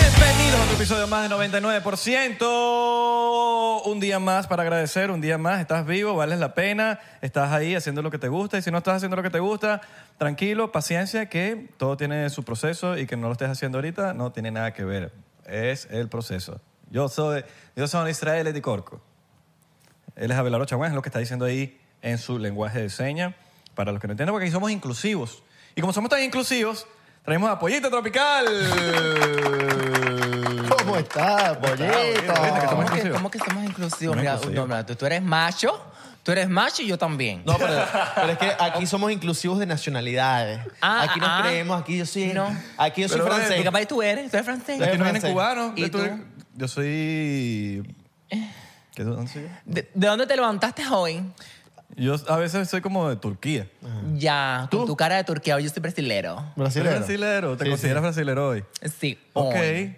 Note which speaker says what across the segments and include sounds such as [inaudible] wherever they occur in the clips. Speaker 1: Bienvenidos a otro episodio más de 99%. Un día más para agradecer, un día más. Estás vivo, vales la pena, estás ahí haciendo lo que te gusta. Y si no estás haciendo lo que te gusta, tranquilo, paciencia, que todo tiene su proceso y que no lo estés haciendo ahorita no tiene nada que ver. Es el proceso. Yo soy, yo soy Israel de Corco. Él es Abelardo Chagüen, es lo que está diciendo ahí en su lenguaje de señas. Para los que no entienden, porque aquí somos inclusivos. Y como somos tan inclusivos, traemos a Pollito Tropical.
Speaker 2: ¿Cómo estás, pollito?
Speaker 1: ¿Viste que somos
Speaker 3: ¿Cómo que,
Speaker 1: inclusivos?
Speaker 3: cómo que somos inclusivos?
Speaker 1: Somos
Speaker 3: Mira,
Speaker 1: inclusivos.
Speaker 3: no, mira, tú, tú eres macho, tú eres macho y yo también.
Speaker 2: No, pero, pero es que aquí somos inclusivos de nacionalidades.
Speaker 3: Ah,
Speaker 2: aquí nos
Speaker 3: ah.
Speaker 2: creemos, aquí yo soy,
Speaker 3: No.
Speaker 2: aquí yo soy
Speaker 1: Pero,
Speaker 3: Porque
Speaker 2: francés.
Speaker 3: capaz tú eres, tú eres francés.
Speaker 1: De aquí no vienen
Speaker 2: francés.
Speaker 1: cubanos.
Speaker 3: ¿Y
Speaker 1: de tu-
Speaker 3: tú?
Speaker 1: Yo soy. ¿Qué, ¿Dónde soy yo?
Speaker 3: ¿De, de dónde te levantaste hoy?
Speaker 1: Yo a veces soy como de Turquía.
Speaker 2: Ah.
Speaker 3: Ya, con tu cara de turquía, hoy yo soy brasilero. Oh,
Speaker 1: ¿Eres
Speaker 2: ¿Brasilero?
Speaker 1: brasilero? ¿Te
Speaker 2: Sí,
Speaker 1: consideras brasilero hoy?
Speaker 3: Sí,
Speaker 1: Ok.
Speaker 3: hoy.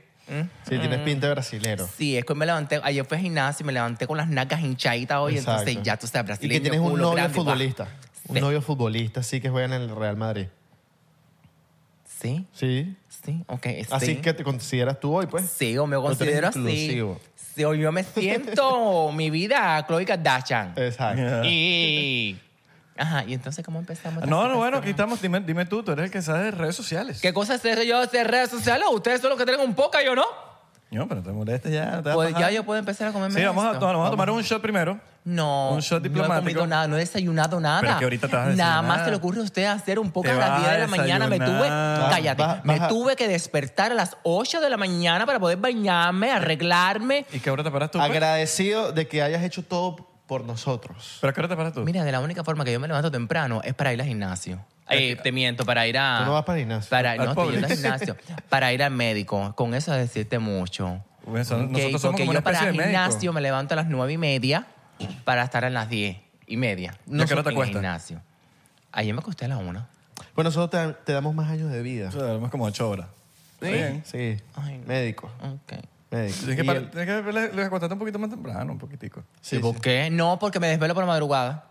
Speaker 2: Sí, tienes
Speaker 3: Mm.
Speaker 2: pinta de brasilero.
Speaker 3: Sí, es que hoy me levanté, ayer fui al gimnasio y me levanté con las nalgas hinchaditas hoy, entonces
Speaker 2: Exacto.
Speaker 3: ya tú sabes,
Speaker 2: Y
Speaker 3: brasileño.
Speaker 2: que tienes un
Speaker 3: culo
Speaker 2: novio
Speaker 3: grande, pa.
Speaker 2: futbolista. Un
Speaker 3: Sí.
Speaker 2: novio futbolista, sí, que juega en el Real Madrid.
Speaker 3: Sí,
Speaker 2: Sí.
Speaker 3: sí, ok, sí.
Speaker 2: Así que te consideras tú hoy, pues.
Speaker 3: Sí, o me
Speaker 2: tú eres
Speaker 3: considero así.
Speaker 2: inclusivo.
Speaker 3: Sí, o yo me
Speaker 1: [laughs]
Speaker 3: siento mi vida Chloe Kardashian.
Speaker 2: Exacto.
Speaker 1: Yeah.
Speaker 3: Y... Ajá, y entonces, ¿cómo empezamos?
Speaker 1: No, no, bueno, aquí estamos. Dime, dime tú, tú eres el que sabe de redes sociales.
Speaker 3: ¿Qué cosas es eso yo de redes sociales? Ustedes son los que tienen un poca, yo no.
Speaker 1: No, pero no te molestes ya. no te vas a
Speaker 3: Pues ya
Speaker 1: bajar.
Speaker 3: yo puedo empezar a comerme
Speaker 1: Sí, vamos a,
Speaker 3: esto.
Speaker 1: vamos a tomar un shot primero.
Speaker 3: No,
Speaker 1: Un shot
Speaker 3: no he
Speaker 1: diplomático.
Speaker 3: comido nada, no he desayunado nada.
Speaker 1: Pero es que ahorita te vas a
Speaker 3: Nada
Speaker 1: desayunar.
Speaker 3: más se le ocurre a usted hacer un poco
Speaker 1: Te
Speaker 3: a las
Speaker 1: vas
Speaker 3: 10 de
Speaker 1: a
Speaker 3: la mañana. Me tuve,
Speaker 1: desayunar.
Speaker 3: cállate,
Speaker 2: Vas- vas
Speaker 3: me
Speaker 2: a-
Speaker 3: tuve que despertar a las 8 de la mañana para poder bañarme, arreglarme.
Speaker 1: ¿Y qué hora te paras tú? pues?
Speaker 2: Agradecido de que hayas hecho todo por nosotros.
Speaker 1: ¿Pero a qué hora te paras tú?
Speaker 3: Mira, de la única forma que yo me levanto temprano es para ir al gimnasio. Eh, te miento, para ir a...
Speaker 2: Tú no vas para el gimnasio.
Speaker 3: Para,
Speaker 1: Al
Speaker 3: no, estoy yendo al
Speaker 1: Publix. [laughs]
Speaker 3: gimnasio. Para ir al médico. Con eso decirte mucho.
Speaker 1: Bueno, son-
Speaker 3: Ok,
Speaker 1: nosotros somos
Speaker 3: porque
Speaker 1: como una
Speaker 3: yo para
Speaker 1: especie
Speaker 3: el
Speaker 1: de médico.
Speaker 3: gimnasio me levanto a las nueve y media para estar a las diez y media.
Speaker 1: ¿Y a qué hora te
Speaker 3: en el
Speaker 1: acuestas?
Speaker 3: gimnasio. Ayer me acosté a la una.
Speaker 2: Bueno, Pues nosotros te, te damos más años de vida.
Speaker 1: O sea, duermes como ocho horas. ¿Sí? Bien.
Speaker 2: Sí.
Speaker 3: Ay, no.
Speaker 2: Médico.
Speaker 3: Ok.
Speaker 2: Médico.
Speaker 1: Tienes que,
Speaker 2: Y
Speaker 1: par-
Speaker 2: el-
Speaker 1: tienes que le- le acostarte un poquito más temprano, un poquitico.
Speaker 2: sí,
Speaker 3: ¿Y por
Speaker 2: sí.
Speaker 3: qué? No, porque me desvelo por la madrugada.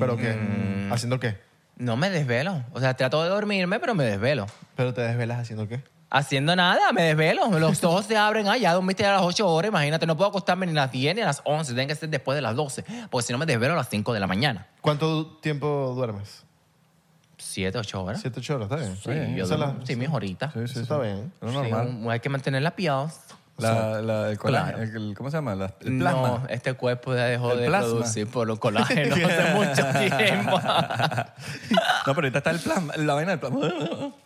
Speaker 2: ¿Pero qué?
Speaker 3: Mm.
Speaker 2: ¿Haciendo qué?
Speaker 3: No me desvelo. O sea, trato de dormirme, pero me desvelo.
Speaker 2: ¿Pero te desvelas haciendo qué?
Speaker 3: Haciendo nada, me desvelo. Los ojos se abren. Ah, ya dormiste a las 8 horas. Imagínate, no puedo acostarme ni a las 10 ni a las 11. Tienen que ser después de las 12. Porque si no, me desvelo a las 5 de la mañana.
Speaker 2: ¿Cuánto tiempo duermes?
Speaker 3: 7, 8
Speaker 1: ¿Eh?
Speaker 3: horas.
Speaker 2: ¿Siete, ocho horas? ¿Está bien?
Speaker 3: Sí, yo
Speaker 2: Esa es la-
Speaker 3: duermo- sí, mis horitas.
Speaker 1: Sí, sí,
Speaker 2: Eso
Speaker 1: sí.
Speaker 2: está bien.
Speaker 1: Es lo
Speaker 3: Sí,
Speaker 1: normal.
Speaker 3: un- hay que mantener la piel.
Speaker 1: La, la, el colágeno,
Speaker 3: Claro.
Speaker 1: el- el- ¿Cómo se llama? La- el plasma.
Speaker 3: No, este cuerpo ya dejó
Speaker 1: El
Speaker 3: de
Speaker 1: plasma.
Speaker 3: producir por los
Speaker 1: [laughs]
Speaker 3: colágenos hace mucho tiempo.
Speaker 1: No, pero ahorita está el plasma, la vaina del plasma.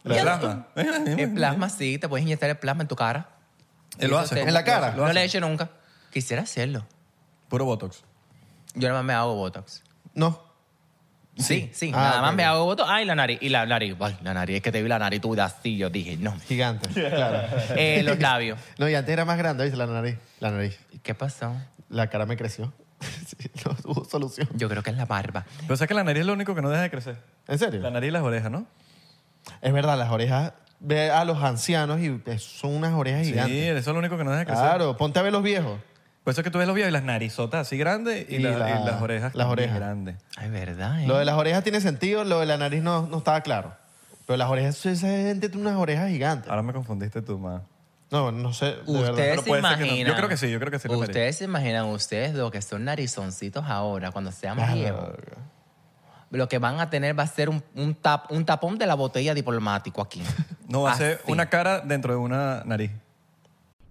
Speaker 1: El plasma.
Speaker 3: el plasma sí, te puedes inyectar el plasma en tu cara.
Speaker 1: Él lo hace.
Speaker 3: Eso te-
Speaker 2: ¿En la cara?
Speaker 1: Lo
Speaker 3: No lo he
Speaker 1: hace.
Speaker 3: hecho nunca. Quisiera hacerlo.
Speaker 1: Puro Botox.
Speaker 3: Yo nada más me hago Botox.
Speaker 2: No.
Speaker 3: Sí, sí.
Speaker 2: Ah,
Speaker 3: nada más
Speaker 2: ok.
Speaker 3: me hago voto. Ay, la nariz. Y la nariz. Ay, la nariz. Es que te vi la nariz tú así. Yo dije, no.
Speaker 1: [laughs]
Speaker 2: Gigante. Claro.
Speaker 3: Eh, los labios.
Speaker 2: No, y antes era más grande, ¿viste? La nariz. La nariz.
Speaker 3: ¿Qué pasó?
Speaker 2: La cara me creció. [laughs] Sí, no tuvo solución.
Speaker 3: Yo creo que es la barba.
Speaker 1: Pero sabes que la nariz es lo único que no deja de crecer.
Speaker 2: ¿En serio?
Speaker 1: La nariz y las orejas, ¿no?
Speaker 2: Es verdad, las orejas. Ve a los ancianos y son unas orejas
Speaker 1: Sí,
Speaker 2: gigantes.
Speaker 1: eso es lo único que no deja de crecer.
Speaker 2: Claro, ponte a ver los viejos.
Speaker 1: Por eso es que tú ves los viejos y las narizotas así grandes y,
Speaker 2: Y
Speaker 1: la- y
Speaker 2: la-
Speaker 1: las orejas
Speaker 2: las
Speaker 1: también
Speaker 2: orejas.
Speaker 1: grandes.
Speaker 3: Ay, verdad, eh.
Speaker 2: Lo de las orejas tiene sentido, lo de la nariz no, no estaba claro. Pero las orejas, esa gente tiene unas orejas gigantes.
Speaker 1: Ahora me confundiste tú, más.
Speaker 2: No, no sé, de verdad.
Speaker 3: Ustedes
Speaker 1: Pero
Speaker 3: se
Speaker 1: puede ser que no.
Speaker 3: imaginan.
Speaker 1: Yo creo que sí, yo creo que sí, la nariz.
Speaker 3: Ustedes se imaginan, ustedes lo que son narizoncitos ahora, cuando sean viejos. Lo que van a tener va a ser un, un tap, un tapón de la botella diplomático aquí.
Speaker 1: [laughs] No, va a ser
Speaker 3: Así.
Speaker 1: una cara dentro de una nariz.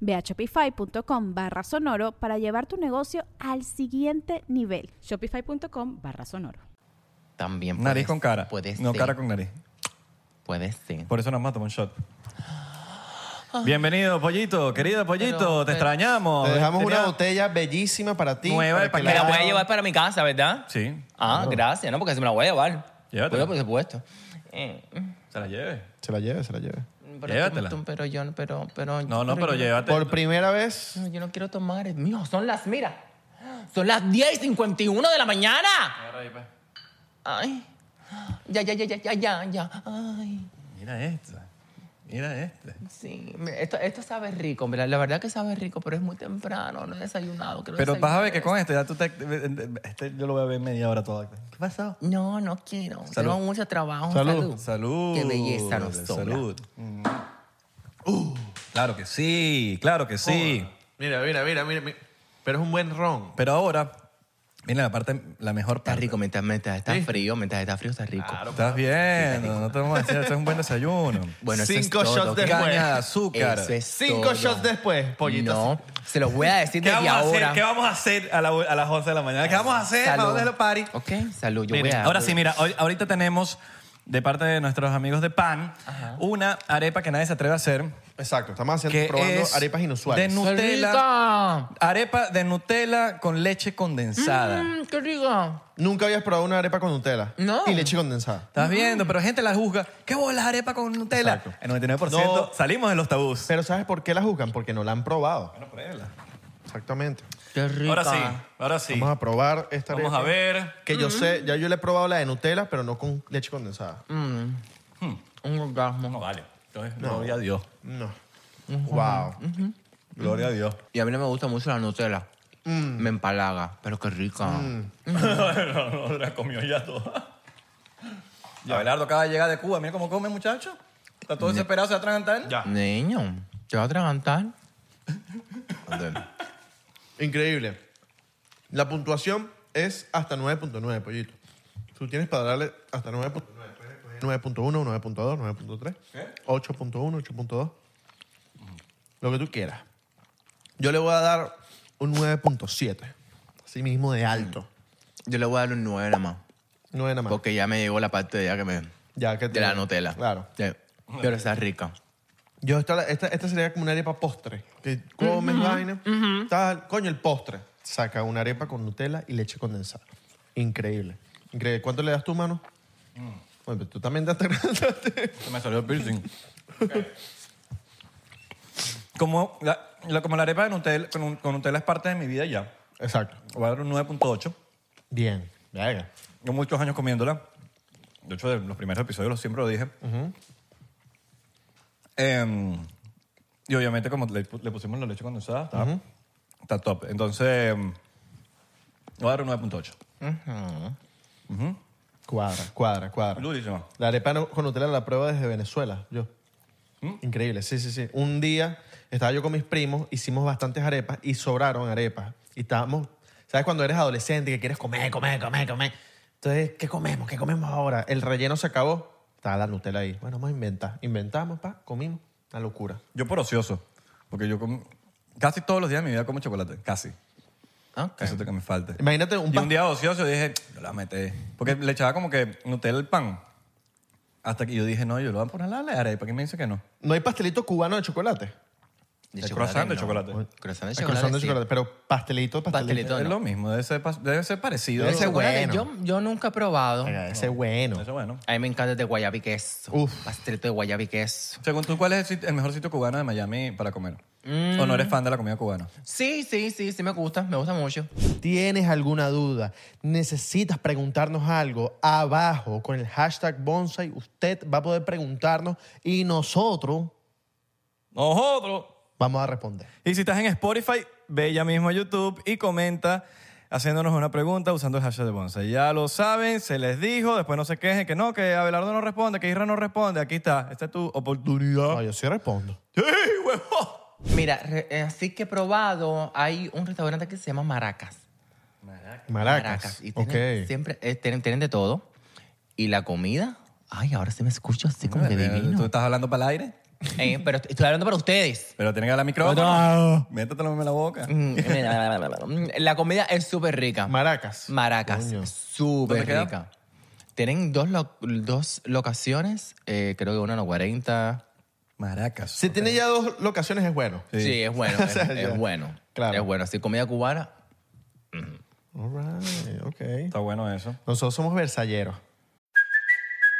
Speaker 4: Ve a shopify.com barra sonoro para llevar tu negocio al siguiente nivel.
Speaker 5: Shopify.com barra sonoro.
Speaker 3: También puede
Speaker 1: Nariz con cara.
Speaker 3: Puede
Speaker 1: No
Speaker 3: ser.
Speaker 1: cara con nariz.
Speaker 3: Puede ser.
Speaker 1: Por eso nos matamos un shot. Bienvenido, pollito. Querido pollito,
Speaker 3: Ah. Pero-
Speaker 1: te
Speaker 3: pero-
Speaker 1: extrañamos.
Speaker 2: Te dejamos
Speaker 1: Tenía-
Speaker 2: una botella bellísima para ti.
Speaker 1: Nueva
Speaker 2: para
Speaker 1: de
Speaker 2: que
Speaker 3: Me
Speaker 1: paquete.
Speaker 3: la
Speaker 2: la-
Speaker 3: voy a llevar para mi casa, ¿verdad?
Speaker 1: Sí.
Speaker 3: Ah, gracias, ¿no? Porque se me la voy a llevar.
Speaker 1: Llévatela.
Speaker 3: Bueno, por supuesto. Eh,
Speaker 1: Se la lleve.
Speaker 2: Se la lleve, se la lleve.
Speaker 3: pero
Speaker 1: Llévatela.
Speaker 3: tú- tú- pero yo, pero, pero.
Speaker 1: No, no, pero
Speaker 3: yo-
Speaker 1: llévate.
Speaker 2: Por primera vez,
Speaker 3: No, yo no quiero tomar. es mío. son las, mira. Son las 10 y 51 de la mañana. Ay. Ya, ya, ya, ya, ya, ya, ya. Ay.
Speaker 1: Mira esta. Mira esta.
Speaker 3: Sí, me- esto, esto sabe rico, mira, la verdad que sabe rico, pero es muy temprano, no he desayunado. quiero
Speaker 1: Pero vas a ver que
Speaker 3: desayunar.
Speaker 1: con este ya tú te... Este yo lo voy a ver media hora toda. ¿Qué pasó?
Speaker 3: No, no quiero.
Speaker 1: Salud.
Speaker 3: Tengo mucho trabajo.
Speaker 2: Salud.
Speaker 3: Salud.
Speaker 1: Salud.
Speaker 3: Qué belleza nos sobra.
Speaker 1: Salud. Mm. Uh, claro que sí, claro que sí.
Speaker 3: Oh.
Speaker 2: Mira, mira, mira, mira, mira. Pero es un buen ron.
Speaker 1: Pero ahora, mira la parte, la mejor
Speaker 3: Está
Speaker 1: parte.
Speaker 3: rico, mientras, mientras está
Speaker 2: Sí.
Speaker 3: frío, mientras está frío, está rico.
Speaker 1: Estás bien, no te vamos a decir, esto es un buen desayuno.
Speaker 3: Bueno, eso
Speaker 2: Cinco
Speaker 3: es todo.
Speaker 2: shots de-
Speaker 1: Caña de
Speaker 2: Después.
Speaker 1: [laughs] azúcar.
Speaker 3: Eso es
Speaker 2: Cinco
Speaker 3: todo.
Speaker 2: shots después, pollito.
Speaker 3: No, se los voy a decir
Speaker 1: ¿Qué
Speaker 3: desde
Speaker 1: vamos, a
Speaker 3: ahora.
Speaker 1: hacer? ¿Qué vamos a hacer a, la- a las 11 de la mañana? ¿Qué vamos a hacer? ¿Para dónde es la party?
Speaker 3: Ok, salud. Yo
Speaker 1: Miren,
Speaker 3: voy a,
Speaker 1: ahora sí, mira, hoy- ahorita tenemos de parte de nuestros amigos de PAN una arepa que nadie se atreve a hacer.
Speaker 2: Exacto, estamos haciendo,
Speaker 1: Que
Speaker 2: probando
Speaker 1: es
Speaker 2: arepas
Speaker 1: de
Speaker 2: inusuales.
Speaker 3: ¡Qué
Speaker 1: Nutella.
Speaker 3: rica!
Speaker 1: Arepa de Nutella con leche condensada.
Speaker 3: Mm, ¡Qué rica!
Speaker 2: Nunca habías probado una arepa con Nutella.
Speaker 3: No.
Speaker 2: Y leche condensada.
Speaker 1: Estás
Speaker 3: Mm.
Speaker 1: viendo, pero gente la juzga. ¿Qué bolas arepa con Nutella?
Speaker 2: Exacto.
Speaker 1: El 99%
Speaker 2: No.
Speaker 1: salimos de los tabús.
Speaker 2: Pero ¿sabes por qué la juzgan? Porque no la han probado.
Speaker 1: Bueno, pruébela.
Speaker 2: Exactamente.
Speaker 3: ¡Qué rica!
Speaker 1: Ahora sí, ahora sí.
Speaker 2: Vamos a probar esta
Speaker 1: Vamos
Speaker 2: arepa.
Speaker 1: a ver.
Speaker 2: Que yo sé, ya yo le he probado la de Nutella, pero no con leche condensada.
Speaker 3: Un orgasmo.
Speaker 1: No vale. Entonces, gloria a Dios.
Speaker 2: No. Wow.
Speaker 1: Gloria a Dios.
Speaker 3: Y a mí no me gusta mucho la Nutella.
Speaker 1: Mm.
Speaker 3: Me empalaga, pero qué rica.
Speaker 1: [laughs] no, no, la comió ya [laughs] toda. Y Abelardo acaba de llegar de Cuba. Mira cómo come, muchacho. Está todo desesperado, se va a atragantar.
Speaker 2: Ya.
Speaker 3: Niño, ¿te vas a
Speaker 1: [laughs]
Speaker 3: atragantar?
Speaker 2: Increíble. La puntuación es hasta 9.9, pollito. Tú tienes para darle hasta 9.9. puedes escoger 9.1, 9.2, 9.3, 8.1, 8.2. Lo que tú quieras. Yo le voy a dar un 9.7. Así mismo de alto.
Speaker 3: Yo le voy a dar un 9 nada más.
Speaker 2: 9 nada más.
Speaker 3: Porque ya me llegó la parte de, ya que me,
Speaker 2: Ya que
Speaker 3: de la Nutella.
Speaker 2: Claro.
Speaker 3: Sí, Pero está rica.
Speaker 2: Yo esta, esta, esta sería como una arepa postre. Que comes vaina, tal. Coño, el postre. Saca una arepa con Nutella y leche condensada. Increíble. Increíble. ¿Cuánto le das tú, mano? Bueno, pero tú también [laughs] te grandote.
Speaker 1: Se me salió el piercing. [laughs] Como, la, la- como la arepa de Nutella, con, un- con Nutella es parte de mi vida ya.
Speaker 2: Exacto.
Speaker 1: Voy a dar un 9.8.
Speaker 2: Bien. Venga.
Speaker 1: Yo muchos años comiéndola. De hecho, de los primeros episodios lo- siempre lo dije. Em, y obviamente, como le, pu- le pusimos la leche condensada, está, está top. Entonces, em, voy a dar un 9.8.
Speaker 2: Cuadra, cuadra, cuadra.
Speaker 1: Durísima.
Speaker 2: La arepa no- con Nutella la prueba desde Venezuela, yo. Increíble, sí, sí, sí. Un día estaba yo con mis primos, hicimos bastantes arepas y sobraron arepas. Y estábamos, ¿sabes? Cuando eres adolescente que quieres comer, comer, comer, comer. Entonces, ¿qué comemos? ¿Qué comemos ahora? El relleno se acabó. Estaba la Nutella ahí. Bueno, vamos a inventar. Inventamos, pa, comimos. Una locura.
Speaker 1: Yo por ocioso, porque yo com- casi todos los días de mi vida como chocolate, casi.
Speaker 3: Ok.
Speaker 1: Eso es lo que me falta.
Speaker 2: Imagínate un
Speaker 1: Y un
Speaker 2: pan.
Speaker 1: día ocioso dije, yo la metí. Porque le echaba como que Nutella al pan. Hasta que yo dije, no, yo lo voy a poner a la arepa. ¿Quién me dice que no?
Speaker 2: No hay pastelito cubano de chocolate.
Speaker 3: De
Speaker 1: El croissant de chocolate.
Speaker 3: Croissant de
Speaker 2: El
Speaker 3: chocolate.
Speaker 2: croissant de
Speaker 3: sí.
Speaker 2: chocolate, pero pastelito, pastelito.
Speaker 3: Pastelito,
Speaker 1: es
Speaker 3: no.
Speaker 1: lo mismo, debe ser, pas- debe ser parecido.
Speaker 2: Debe ser
Speaker 3: Chocolate,
Speaker 2: bueno.
Speaker 3: Yo, yo nunca he probado.
Speaker 2: Venga, Ese es bueno.
Speaker 1: Eso bueno.
Speaker 3: A mí me encanta el de guayaba y queso.
Speaker 2: Uf.
Speaker 3: Pastelito de guayaba y queso.
Speaker 1: Según tú, ¿cuál es el, sit- el mejor sitio cubano de Miami para comer? ¿O
Speaker 2: Mm.
Speaker 1: no eres fan de la comida cubana?
Speaker 3: Sí, sí, sí, sí me gusta. Me gusta mucho.
Speaker 2: ¿Tienes alguna duda? ¿Necesitas preguntarnos algo? Abajo con el hashtag Bonsai usted va a poder preguntarnos y nosotros
Speaker 1: ¡Nosotros!
Speaker 2: vamos a responder.
Speaker 1: Y si estás en Spotify, ve ya mismo a YouTube y comenta haciéndonos una pregunta usando el hashtag de Bonce. Ya lo saben, se les dijo, después no se quejen que no, que Abelardo no responde, que Isra no responde. Aquí está, esta es tu
Speaker 2: No,
Speaker 1: oportunidad.
Speaker 2: yo sí respondo.
Speaker 1: ¡Sí, huevo!
Speaker 3: Mira, re- eh, así que he probado. Hay un restaurante que se llama Maracas.
Speaker 2: Maracas.
Speaker 3: Y
Speaker 2: Ok.
Speaker 3: tienen, siempre eh, tienen, tienen de todo. Y la comida. Ay, ahora sí me escucho así como que
Speaker 1: Tú
Speaker 3: divino.
Speaker 1: estás hablando para el aire,
Speaker 3: Eh, pero est- estoy hablando para ustedes.
Speaker 1: pero tienes que hablar micrófono. Métetelo en la boca.
Speaker 3: Mm, [laughs] la comida es súper rica.
Speaker 2: Maracas.
Speaker 3: Maracas.
Speaker 2: Coño.
Speaker 3: Súper
Speaker 1: ¿Dónde queda?
Speaker 3: rica. Tienen dos, lo- dos locaciones. eh, creo que una en los 40.
Speaker 1: Maracas.
Speaker 2: Si tiene ya dos locaciones es bueno.
Speaker 3: Sí, es bueno.
Speaker 2: [laughs] O
Speaker 3: es,
Speaker 2: sea,
Speaker 3: es
Speaker 2: ya.
Speaker 3: bueno.
Speaker 2: Claro.
Speaker 3: Es bueno. Así comida cubana.
Speaker 2: All right, ok.
Speaker 1: Está bueno eso.
Speaker 2: Nosotros somos versalleros.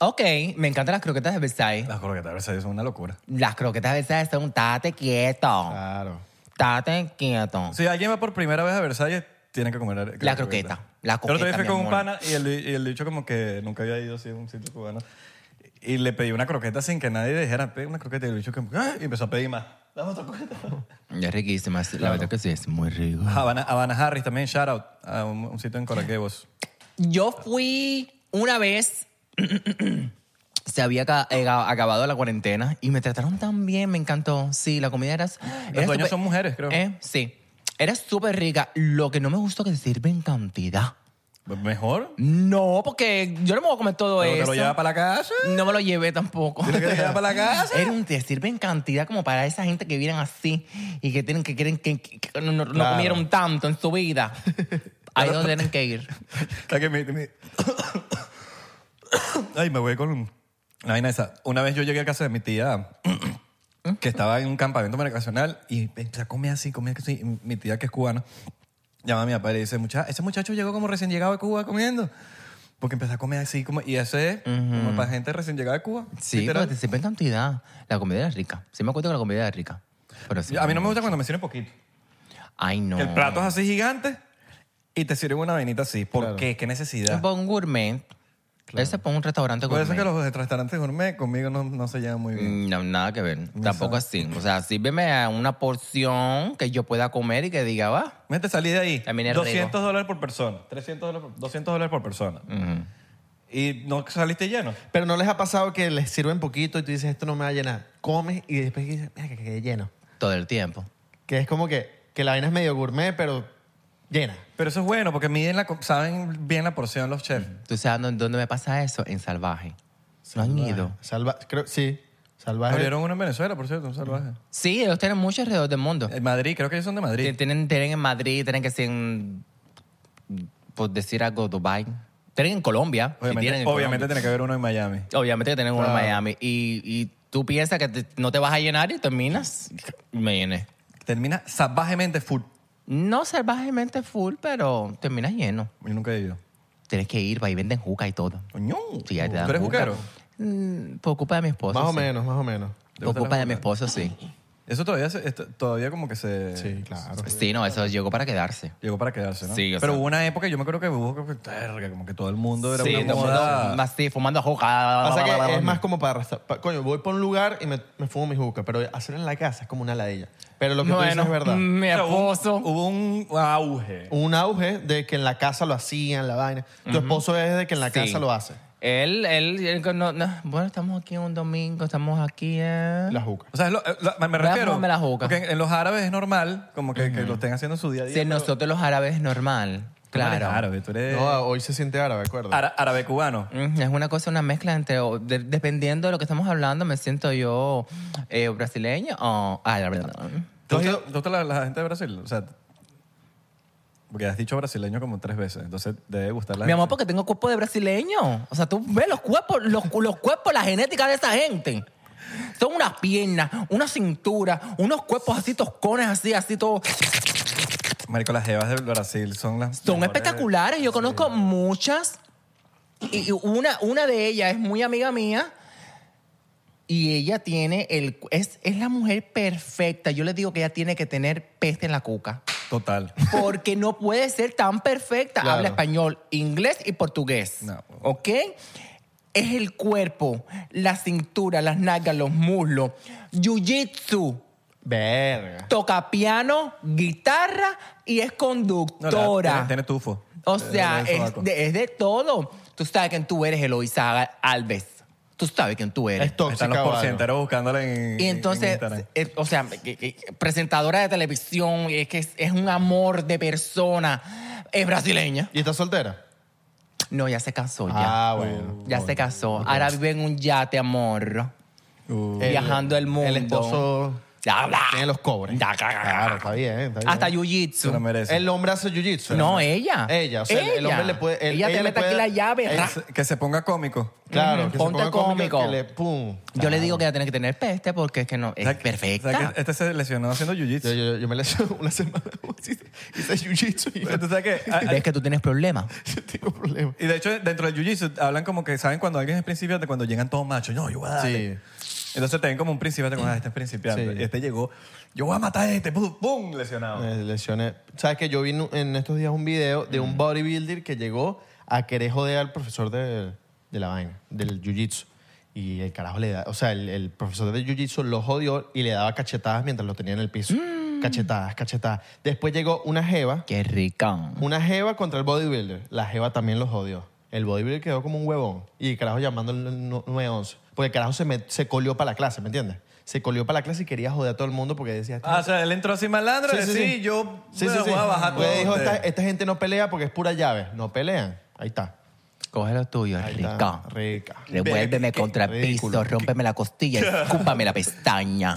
Speaker 3: Ok, me encantan las croquetas de Versailles.
Speaker 1: Las croquetas de Versalles son una locura.
Speaker 3: Las croquetas de Versailles son tate quieto.
Speaker 2: Claro.
Speaker 3: Tate quieto.
Speaker 1: Si alguien va por primera vez a Versalles, tiene que comer are-
Speaker 3: La croqueta, la
Speaker 1: Yo el otro día
Speaker 3: coqueta,
Speaker 1: fui
Speaker 3: mi
Speaker 1: con un
Speaker 3: amor.
Speaker 1: pana y el, y el dicho como que nunca había ido así a un sitio cubano. Y le pedí una croqueta sin que nadie dijera, pedí una croqueta. Y el bicho como, "Ah", y empezó a pedir más. Dame
Speaker 3: [laughs]
Speaker 1: otra croqueta.
Speaker 3: Es riquísima, sí, la verdad que sí, es muy rico.
Speaker 1: Habana, Habana Harris también, shout out a un, un sitio en Coraquebos.
Speaker 3: Yo fui una vez, [clears throat] se había aca- eh, acabado la cuarentena y me trataron tan bien, me encantó. Sí, la comida era...
Speaker 1: Los dueños son mujeres, creo.
Speaker 3: Eh, sí, era súper rica. Lo que no me gustó que se sirve en cantidad.
Speaker 1: Mejor.
Speaker 3: No, porque yo no me voy a comer todo
Speaker 1: Pero
Speaker 3: eso.
Speaker 1: te lo lleva para la casa.
Speaker 3: No me lo llevé tampoco.
Speaker 1: ¿Tienes que
Speaker 3: [laughs]
Speaker 1: llevar para la casa?
Speaker 3: Era un te sirve en cantidad como para esa gente que vienen así y que tienen que quieren que, que- que no, no- no
Speaker 2: Claro.
Speaker 3: comieron tanto en su
Speaker 1: [laughs]
Speaker 3: vida. Ahí es donde tienen que ir.
Speaker 1: O sea, que me- me- Ay, me voy con La vaina esa. Una vez yo llegué a casa de mi tía, que estaba en un campamento vacacional, y empecé a comer así, comía así. Y Mi tía, que es cubana, llama a mi papá y le dice, Mucha, ese muchacho llegó como recién llegado de Cuba comiendo. Porque empezó a comer así, como, y ese es como para gente recién llegada de Cuba.
Speaker 3: Sí, pues,
Speaker 1: literal.
Speaker 3: pero te sirven cantidad. La comida era rica. Sí me acuerdo que la comida era rica. Pero sí,
Speaker 1: A mí no me gusta cuando me sirven poquito.
Speaker 3: Ay, no.
Speaker 1: Que El plato es así gigante y te sirven una vainita así. ¿Por
Speaker 2: Claro.
Speaker 1: qué? ¿Qué necesidad?
Speaker 3: Es para un gourmet. Ese es para un restaurante
Speaker 1: Por
Speaker 3: gourmet.
Speaker 1: eso es que los restaurantes gourmet conmigo no, no se llevan muy bien.
Speaker 3: Mm, No, nada que ver. Tampoco así. O sea, sírveme a una porción que yo pueda comer y que diga, va.
Speaker 1: Mete salí de ahí.
Speaker 3: También es
Speaker 1: 200
Speaker 3: rico.
Speaker 1: dólares por persona. 300 dólares por- 200 dólares por persona.
Speaker 3: Ujú.
Speaker 1: Y no saliste lleno.
Speaker 2: Pero no les ha pasado que les sirven poquito y tú dices, esto no me va a llenar. Comes y después dices, mira, que quedé lleno.
Speaker 3: Todo el tiempo.
Speaker 2: Que es como que, que la vaina es medio gourmet, pero llena.
Speaker 1: Pero eso es bueno porque miden la, co- saben bien la porción los chefs.
Speaker 3: ¿Tú sabes dónde, dónde me pasa eso? En Salvaje. ¿No han ido?
Speaker 2: Salva, creo, sí. Salvaje.
Speaker 1: Abrieron uno en Venezuela, por cierto, un salvaje.
Speaker 3: Sí, ellos tienen mucho alrededor del mundo.
Speaker 1: En Madrid, creo que ellos son de Madrid.
Speaker 3: Tien- Tienen, tienen en Madrid, tienen que ser en, por decir algo, Dubai. Tienen en Colombia. si
Speaker 1: Obviamente,
Speaker 3: tienen en
Speaker 1: obviamente
Speaker 3: Colombia.
Speaker 1: tiene que haber uno en Miami.
Speaker 3: Obviamente que tienen uno en Miami. Y, y tú piensas que te- no te vas a llenar y terminas. Me llené.
Speaker 1: Termina salvajemente full.
Speaker 3: No salvajemente full, pero terminas lleno.
Speaker 1: Yo nunca he ido.
Speaker 3: Tienes que ir, va y venden juca y todo.
Speaker 1: Coño.
Speaker 3: Sí, ahí te dan
Speaker 1: ¿Tú eres
Speaker 3: juca.
Speaker 1: juquero?
Speaker 3: Mm, por culpa de mi esposo.
Speaker 2: más o
Speaker 3: sí.
Speaker 2: menos, más o menos.
Speaker 1: ¿Te
Speaker 3: Por
Speaker 1: gusta
Speaker 3: culpa
Speaker 1: la
Speaker 3: de mi
Speaker 1: juca?
Speaker 3: esposo, sí.
Speaker 1: Eso todavía, se- esto- todavía como que se...
Speaker 2: Sí, claro.
Speaker 3: Sí, no, eso llegó para quedarse.
Speaker 1: Llegó para quedarse, ¿no?
Speaker 3: Sí, o
Speaker 1: Pero
Speaker 3: sea-
Speaker 1: hubo una época, yo me acuerdo que hubo como que, verga, como que todo el mundo era
Speaker 3: Sí,
Speaker 1: una
Speaker 3: todo el
Speaker 1: moda.
Speaker 3: mundo así, fumando juca.
Speaker 2: Pasa que es más como para, arrastrar- pa- Coño, voy por un lugar y me, me fumo mi juca, pero hacerlo en la casa es como una ladilla. Pero lo que tú
Speaker 3: Bueno, mm.
Speaker 2: dices es verdad.
Speaker 3: mi
Speaker 1: Pero hubo-
Speaker 3: esposo.
Speaker 1: Hubo un auge.
Speaker 2: Un auge de que en la casa lo hacían, la vaina. Tu esposo es de que en la
Speaker 3: Sí.
Speaker 2: casa lo hace.
Speaker 3: Él, él, él no- no, bueno, estamos aquí un domingo, estamos aquí eh.
Speaker 2: La juca.
Speaker 1: O sea, es lo- eh, la- me
Speaker 3: Voy a
Speaker 1: refiero.
Speaker 3: fumarme la juca.
Speaker 1: porque en, en los árabes es normal, como que, que lo estén haciendo en su día a día.
Speaker 3: Si nosotros los árabes es normal, claro.
Speaker 1: árabe, tú eres
Speaker 3: Eh.
Speaker 2: No, ah, hoy se siente árabe, acuerdo.
Speaker 1: ara- árabe cubano.
Speaker 3: Mm, Es una cosa, una mezcla entre, o de- dependiendo de lo que estamos hablando, me siento yo eh, brasileño o ah, árabe.
Speaker 1: ¿Tú has ido- te gusta la, la gente de Brasil? O sea, porque has dicho brasileño como tres veces, entonces debe gustar la
Speaker 3: Mi amor,
Speaker 1: gente.
Speaker 3: porque tengo cuerpo de brasileño. O sea, tú ves los cuerpos, los, cu- los cuerpos, la genética de esa gente. Son unas piernas, una cintura, unos cuerpos así toscones, así, así todo.
Speaker 1: Marico, las jevas de Brasil son las.
Speaker 3: pues- Son
Speaker 1: mejores.
Speaker 3: espectaculares. Yo conozco muchas. Y y una, una de ellas es muy amiga mía. Y ella tiene el. Es, es la mujer perfecta. Yo le digo que ella tiene que tener peste en la
Speaker 1: [laughs]
Speaker 3: cuca.
Speaker 1: Total.
Speaker 3: Porque no puede ser tan perfecta.
Speaker 2: Claro.
Speaker 3: Habla español, inglés y portugués.
Speaker 1: No.
Speaker 3: ¿Ok? Es el cuerpo, la cintura, las nalgas, los muslos. Jiu-jitsu.
Speaker 2: Verga.
Speaker 3: Toca piano, guitarra y es
Speaker 1: No, la-
Speaker 3: conductora.
Speaker 1: tiene- Tiene tufo.
Speaker 3: O
Speaker 1: Tiene-
Speaker 3: sea,
Speaker 1: tiene
Speaker 3: es
Speaker 1: sobaco.
Speaker 3: de, es de todo. Tú sabes quién tú eres, Eloisa Alves. Tú sabes quién tú eres.
Speaker 2: Es tóxica
Speaker 1: Están los
Speaker 2: o algo.
Speaker 1: porcienteros buscándola en.
Speaker 3: Y
Speaker 1: en
Speaker 3: entonces,
Speaker 1: Instagram.
Speaker 3: eh, o sea, que- que- presentadora de televisión, es que es, es un amor de persona. Es brasileña.
Speaker 2: ¿Y estás soltera?
Speaker 3: No, ya se casó, Pues ya.
Speaker 2: Ah, bueno.
Speaker 3: ya se casó. Ahora vive en un yate, amor.
Speaker 1: Uh.
Speaker 3: eh, viajando el mundo.
Speaker 2: El esposo
Speaker 3: Ya, bla.
Speaker 2: tiene los cobres.
Speaker 3: Ya, ca- ca-
Speaker 2: Claro, está bien, está bien.
Speaker 3: Hasta
Speaker 1: Se la
Speaker 3: Jiu-Jitsu.
Speaker 1: merece.
Speaker 2: El hombre hace jiu-jitsu.
Speaker 3: No, ella.
Speaker 2: Ella, o sea, el- el
Speaker 3: Ella.
Speaker 2: hombre le puede... él-
Speaker 3: Ella te
Speaker 2: le
Speaker 3: mete aquí
Speaker 2: puede-
Speaker 3: la llave,
Speaker 2: él-
Speaker 3: ra.
Speaker 1: Que se ponga cómico.
Speaker 2: Claro,
Speaker 3: Ujú,
Speaker 2: que
Speaker 3: ponte
Speaker 2: se ponga cómico.
Speaker 3: cómico.
Speaker 2: Que le, pum.
Speaker 3: Yo le digo que ella tiene que tener peste porque es que no. Es
Speaker 1: O sea,
Speaker 3: perfecta.
Speaker 1: o sea, que este se lesionó haciendo
Speaker 2: Yo,
Speaker 1: jiu-jitsu.
Speaker 2: yo, yo me lesioné una [laughs] semana. Hice jiu-jitsu y
Speaker 1: Tú sabes que- a- a-
Speaker 3: ¿Ves que tú tienes problemas?
Speaker 2: yo [laughs] tengo problemas.
Speaker 1: Y de hecho, dentro del jiu-jitsu hablan como que saben cuando alguien es principiante, cuando llegan todos machos. No, yo voy a darle. Entonces te ven como un principiante, como, ah, este es principiante.
Speaker 2: Sí.
Speaker 1: Y este llegó, yo voy a matar a este, ¡pum! ¡Pum! Lesionado.
Speaker 2: Me lesioné. ¿Sabes que Yo vi nu- en estos días un video de un bodybuilder que llegó a querer joder al profesor de, de la vaina, del jiu-jitsu. Y el carajo le da... O sea, el, el profesor de jiu-jitsu lo jodió y le daba cachetadas mientras lo tenía en el piso.
Speaker 3: Mm.
Speaker 2: Cachetadas, cachetadas. Después llegó una jeva.
Speaker 3: Qué rica.
Speaker 2: Una jeva contra el bodybuilder. La jeva también los jodió. El bodybuilder quedó como un huevón. Y el carajo llamando al no- 911. Porque el carajo se, met- se colió para la clase, ¿me entiendes? Se colió para la clase y quería joder a todo el mundo porque decía... "Este
Speaker 1: Ah, o sea, él entró así malandro y
Speaker 2: Sí, sí,
Speaker 1: decía,
Speaker 2: sí.
Speaker 1: yo
Speaker 2: Sí,
Speaker 1: voy
Speaker 2: sí,
Speaker 1: a-
Speaker 2: sí.
Speaker 1: voy a bajar
Speaker 2: Porque
Speaker 1: todo
Speaker 2: dijo,
Speaker 1: usted".
Speaker 2: esta, esta gente no pelea porque es pura llave. No pelean. Ahí está.
Speaker 3: Coge lo tuyo,
Speaker 2: Ahí está.
Speaker 3: rica.
Speaker 2: Rica.
Speaker 3: Revuélveme contra el
Speaker 2: ridículo.
Speaker 3: piso, rómpeme la costilla, y
Speaker 1: [laughs]
Speaker 3: escúpame la pestaña.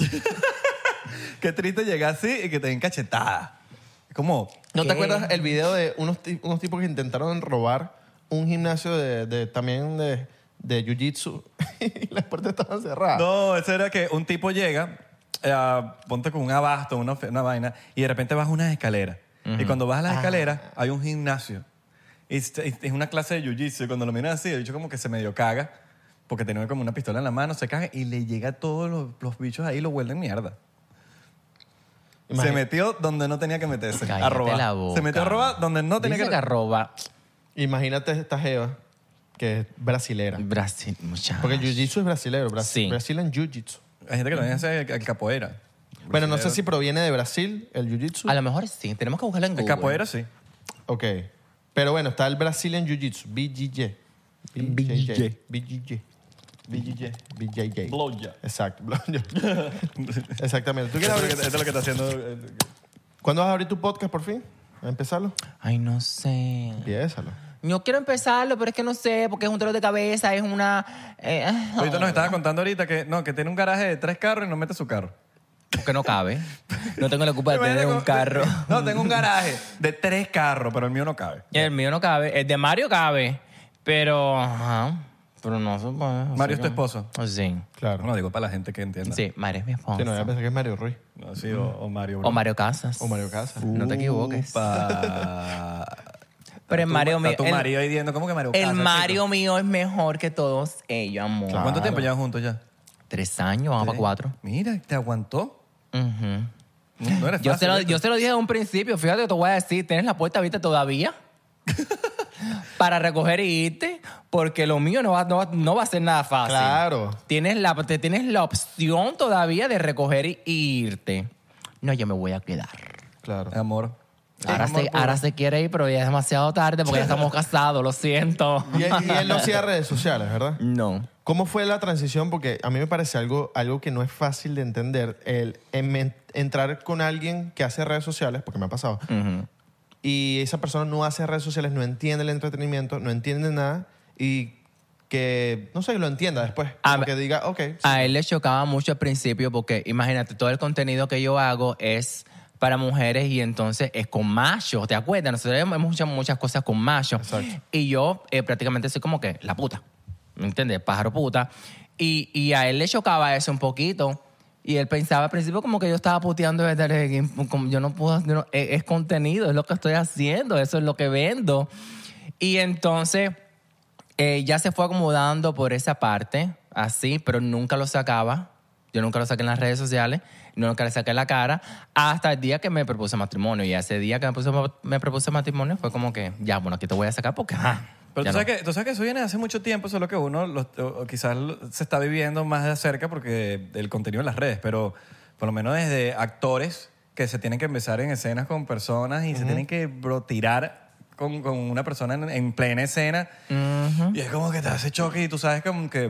Speaker 1: Qué triste llegar así y que te den cachetada. Es Como,
Speaker 2: ¿No te
Speaker 3: ¿Qué?
Speaker 2: acuerdas el video de unos, ti- unos tipos que intentaron robar un gimnasio de, de- también de, de jiu-jitsu [laughs] y las puertas estaban cerradas.
Speaker 1: No, eso era que un tipo llega, eh, ponte con un abasto, una, fe- una vaina, y de repente bajas unas escaleras. Y cuando bajas
Speaker 3: Ah.
Speaker 1: las escaleras, hay un gimnasio. Y es, es- es una clase de jiu-jitsu. Y cuando lo miras así, el bicho como que se medio caga, porque tenía como una pistola en la mano, se caga y le llega a todos los, los bichos ahí y lo vuelven mierda.
Speaker 2: Imagínate.
Speaker 1: Se metió donde no tenía que meterse.
Speaker 3: Cállate
Speaker 1: a robar.
Speaker 3: la boca.
Speaker 1: Se metió a robar donde no tenía
Speaker 3: Dice
Speaker 1: que
Speaker 3: que arroba
Speaker 2: Imagínate esta jeva que es brasilera.
Speaker 3: Brasil, muchachos.
Speaker 2: Porque el jiu-jitsu es brasilero. Brasil,
Speaker 3: Sí.
Speaker 2: Brazilian jiu-jitsu.
Speaker 1: Hay gente que también hace el, el capoeira.
Speaker 2: Bueno, no sé si proviene de Brasil el jiu-jitsu.
Speaker 3: A lo mejor sí, tenemos que buscarlo en
Speaker 1: El
Speaker 3: Google.
Speaker 1: capoeira sí.
Speaker 2: Ok. Pero bueno, está el Brazilian Jiu-Jitsu, BJJ. BJJ. BJJ. BJJ. BJJ.
Speaker 1: Blowjob.
Speaker 2: Exacto. blowjob. Exactamente. ¿Tú
Speaker 1: Esto
Speaker 2: quieres
Speaker 1: es lo que-
Speaker 2: abrir?
Speaker 1: esto es lo que está haciendo. eh,
Speaker 2: ¿Cuándo vas a abrir tu podcast por fin? ¿A empezarlo?
Speaker 3: Ay, no sé.
Speaker 2: Empiézalo.
Speaker 3: Yo quiero empezarlo, pero es que no sé, porque es un dolor de cabeza, es una... eh, [laughs] ah,
Speaker 1: Ahorita nos estaba contando ahorita que no, que tiene un garaje de tres carros y no mete su carro.
Speaker 3: porque no cabe. No tengo la culpa
Speaker 1: [laughs]
Speaker 3: de tener
Speaker 1: Imagínate
Speaker 3: Pues un
Speaker 1: como-
Speaker 3: carro.
Speaker 1: No, tengo un garaje de tres carros, pero el mío no cabe.
Speaker 3: Y el mío no cabe. El de Mario cabe, pero... ajá, pero no se puede. así
Speaker 1: Mario es tu
Speaker 3: que-
Speaker 1: esposo.
Speaker 3: Sí.
Speaker 2: Claro.
Speaker 1: No, digo para la gente que entienda.
Speaker 3: Sí, Mario es mi esposo.
Speaker 2: Sí, no, voy a pensar que es Mario Ruiz.
Speaker 1: No, sí, o, o Mario. Bros.
Speaker 3: O Mario Casas.
Speaker 2: O Mario Casas.
Speaker 3: No te equivoques.
Speaker 1: Pa-
Speaker 3: Pero
Speaker 1: Está
Speaker 3: el
Speaker 1: tu-
Speaker 3: Mario
Speaker 1: está
Speaker 3: mío-
Speaker 1: tu
Speaker 3: el-
Speaker 1: marido ahí diciendo, ¿cómo que Mario?
Speaker 3: El
Speaker 1: Casas,
Speaker 3: Mario
Speaker 1: chico?
Speaker 3: mío es mejor que todos ellos, amor.
Speaker 2: Claro.
Speaker 1: ¿Cuánto tiempo llevan juntos ya?
Speaker 3: Tres años, vamos para cuatro.
Speaker 1: Mira, te aguantó.
Speaker 3: Ujú.
Speaker 1: No, no eres
Speaker 3: Yo,
Speaker 1: fácil,
Speaker 3: se lo,
Speaker 1: ¿eh?
Speaker 3: yo se lo dije de un principio, fíjate, te voy a decir, tienes la puerta abierta
Speaker 1: [laughs]
Speaker 3: todavía para recoger y irte, porque lo mío no va, no va, no va a ser nada fácil.
Speaker 2: Claro.
Speaker 3: Tienes la, te tienes la opción todavía de recoger y irte. No, yo me voy a quedar.
Speaker 2: Claro.
Speaker 1: Amor.
Speaker 3: Ahora
Speaker 1: Amor
Speaker 3: se,
Speaker 1: puro.
Speaker 3: ahora se quiere ir, pero ya es demasiado tarde porque ya estamos casados, lo siento.
Speaker 2: Y, él- y
Speaker 3: [laughs]
Speaker 2: él no hacía redes sociales, ¿verdad?
Speaker 3: No.
Speaker 2: ¿Cómo fue la transición? Porque a mí me parece algo, algo que no es fácil de entender. El em- entrar con alguien que hace redes sociales, porque me ha pasado, y esa persona no hace redes sociales, no entiende el entretenimiento, no entiende nada, y que, no sé, lo entienda después.
Speaker 3: Ah,
Speaker 2: Como
Speaker 3: me-
Speaker 2: que diga, ok.
Speaker 3: A él le chocaba mucho al principio porque imagínate, todo el contenido que yo hago es para mujeres y entonces es con machos, ¿te acuerdas? Nosotros hemos hecho muchas cosas con machos.
Speaker 2: Exacto.
Speaker 3: Y yo eh, prácticamente soy como que la puta, ¿me entiendes? Pájaro puta. Y, y a él le chocaba eso un poquito. Y él pensaba al principio como que yo estaba puteando desde- desde- como yo no puedo, yo no- e, es, es contenido, es lo que estoy haciendo, eso es lo que vendo. Y entonces eh, ya se fue acomodando por esa parte, así, pero nunca lo sacaba. Yo nunca lo saqué en las redes sociales, nunca le saqué la cara, hasta el día que me propuse matrimonio. Y ese día que me, puse- me propuse matrimonio fue como que, ya, bueno, aquí te voy a sacar porque, ajá.
Speaker 1: Pero
Speaker 3: ya
Speaker 1: tú
Speaker 3: no.
Speaker 1: sabes, que, tú sabes que eso viene de hace mucho tiempo, solo que uno lo- o- o quizás lo- se está viviendo más de cerca porque el contenido en las redes, pero por lo menos desde actores que se tienen que empezar en escenas con personas y se tienen que bro, tirar con, con una persona en, en plena escena. Y es como que te hace choque y tú sabes como que...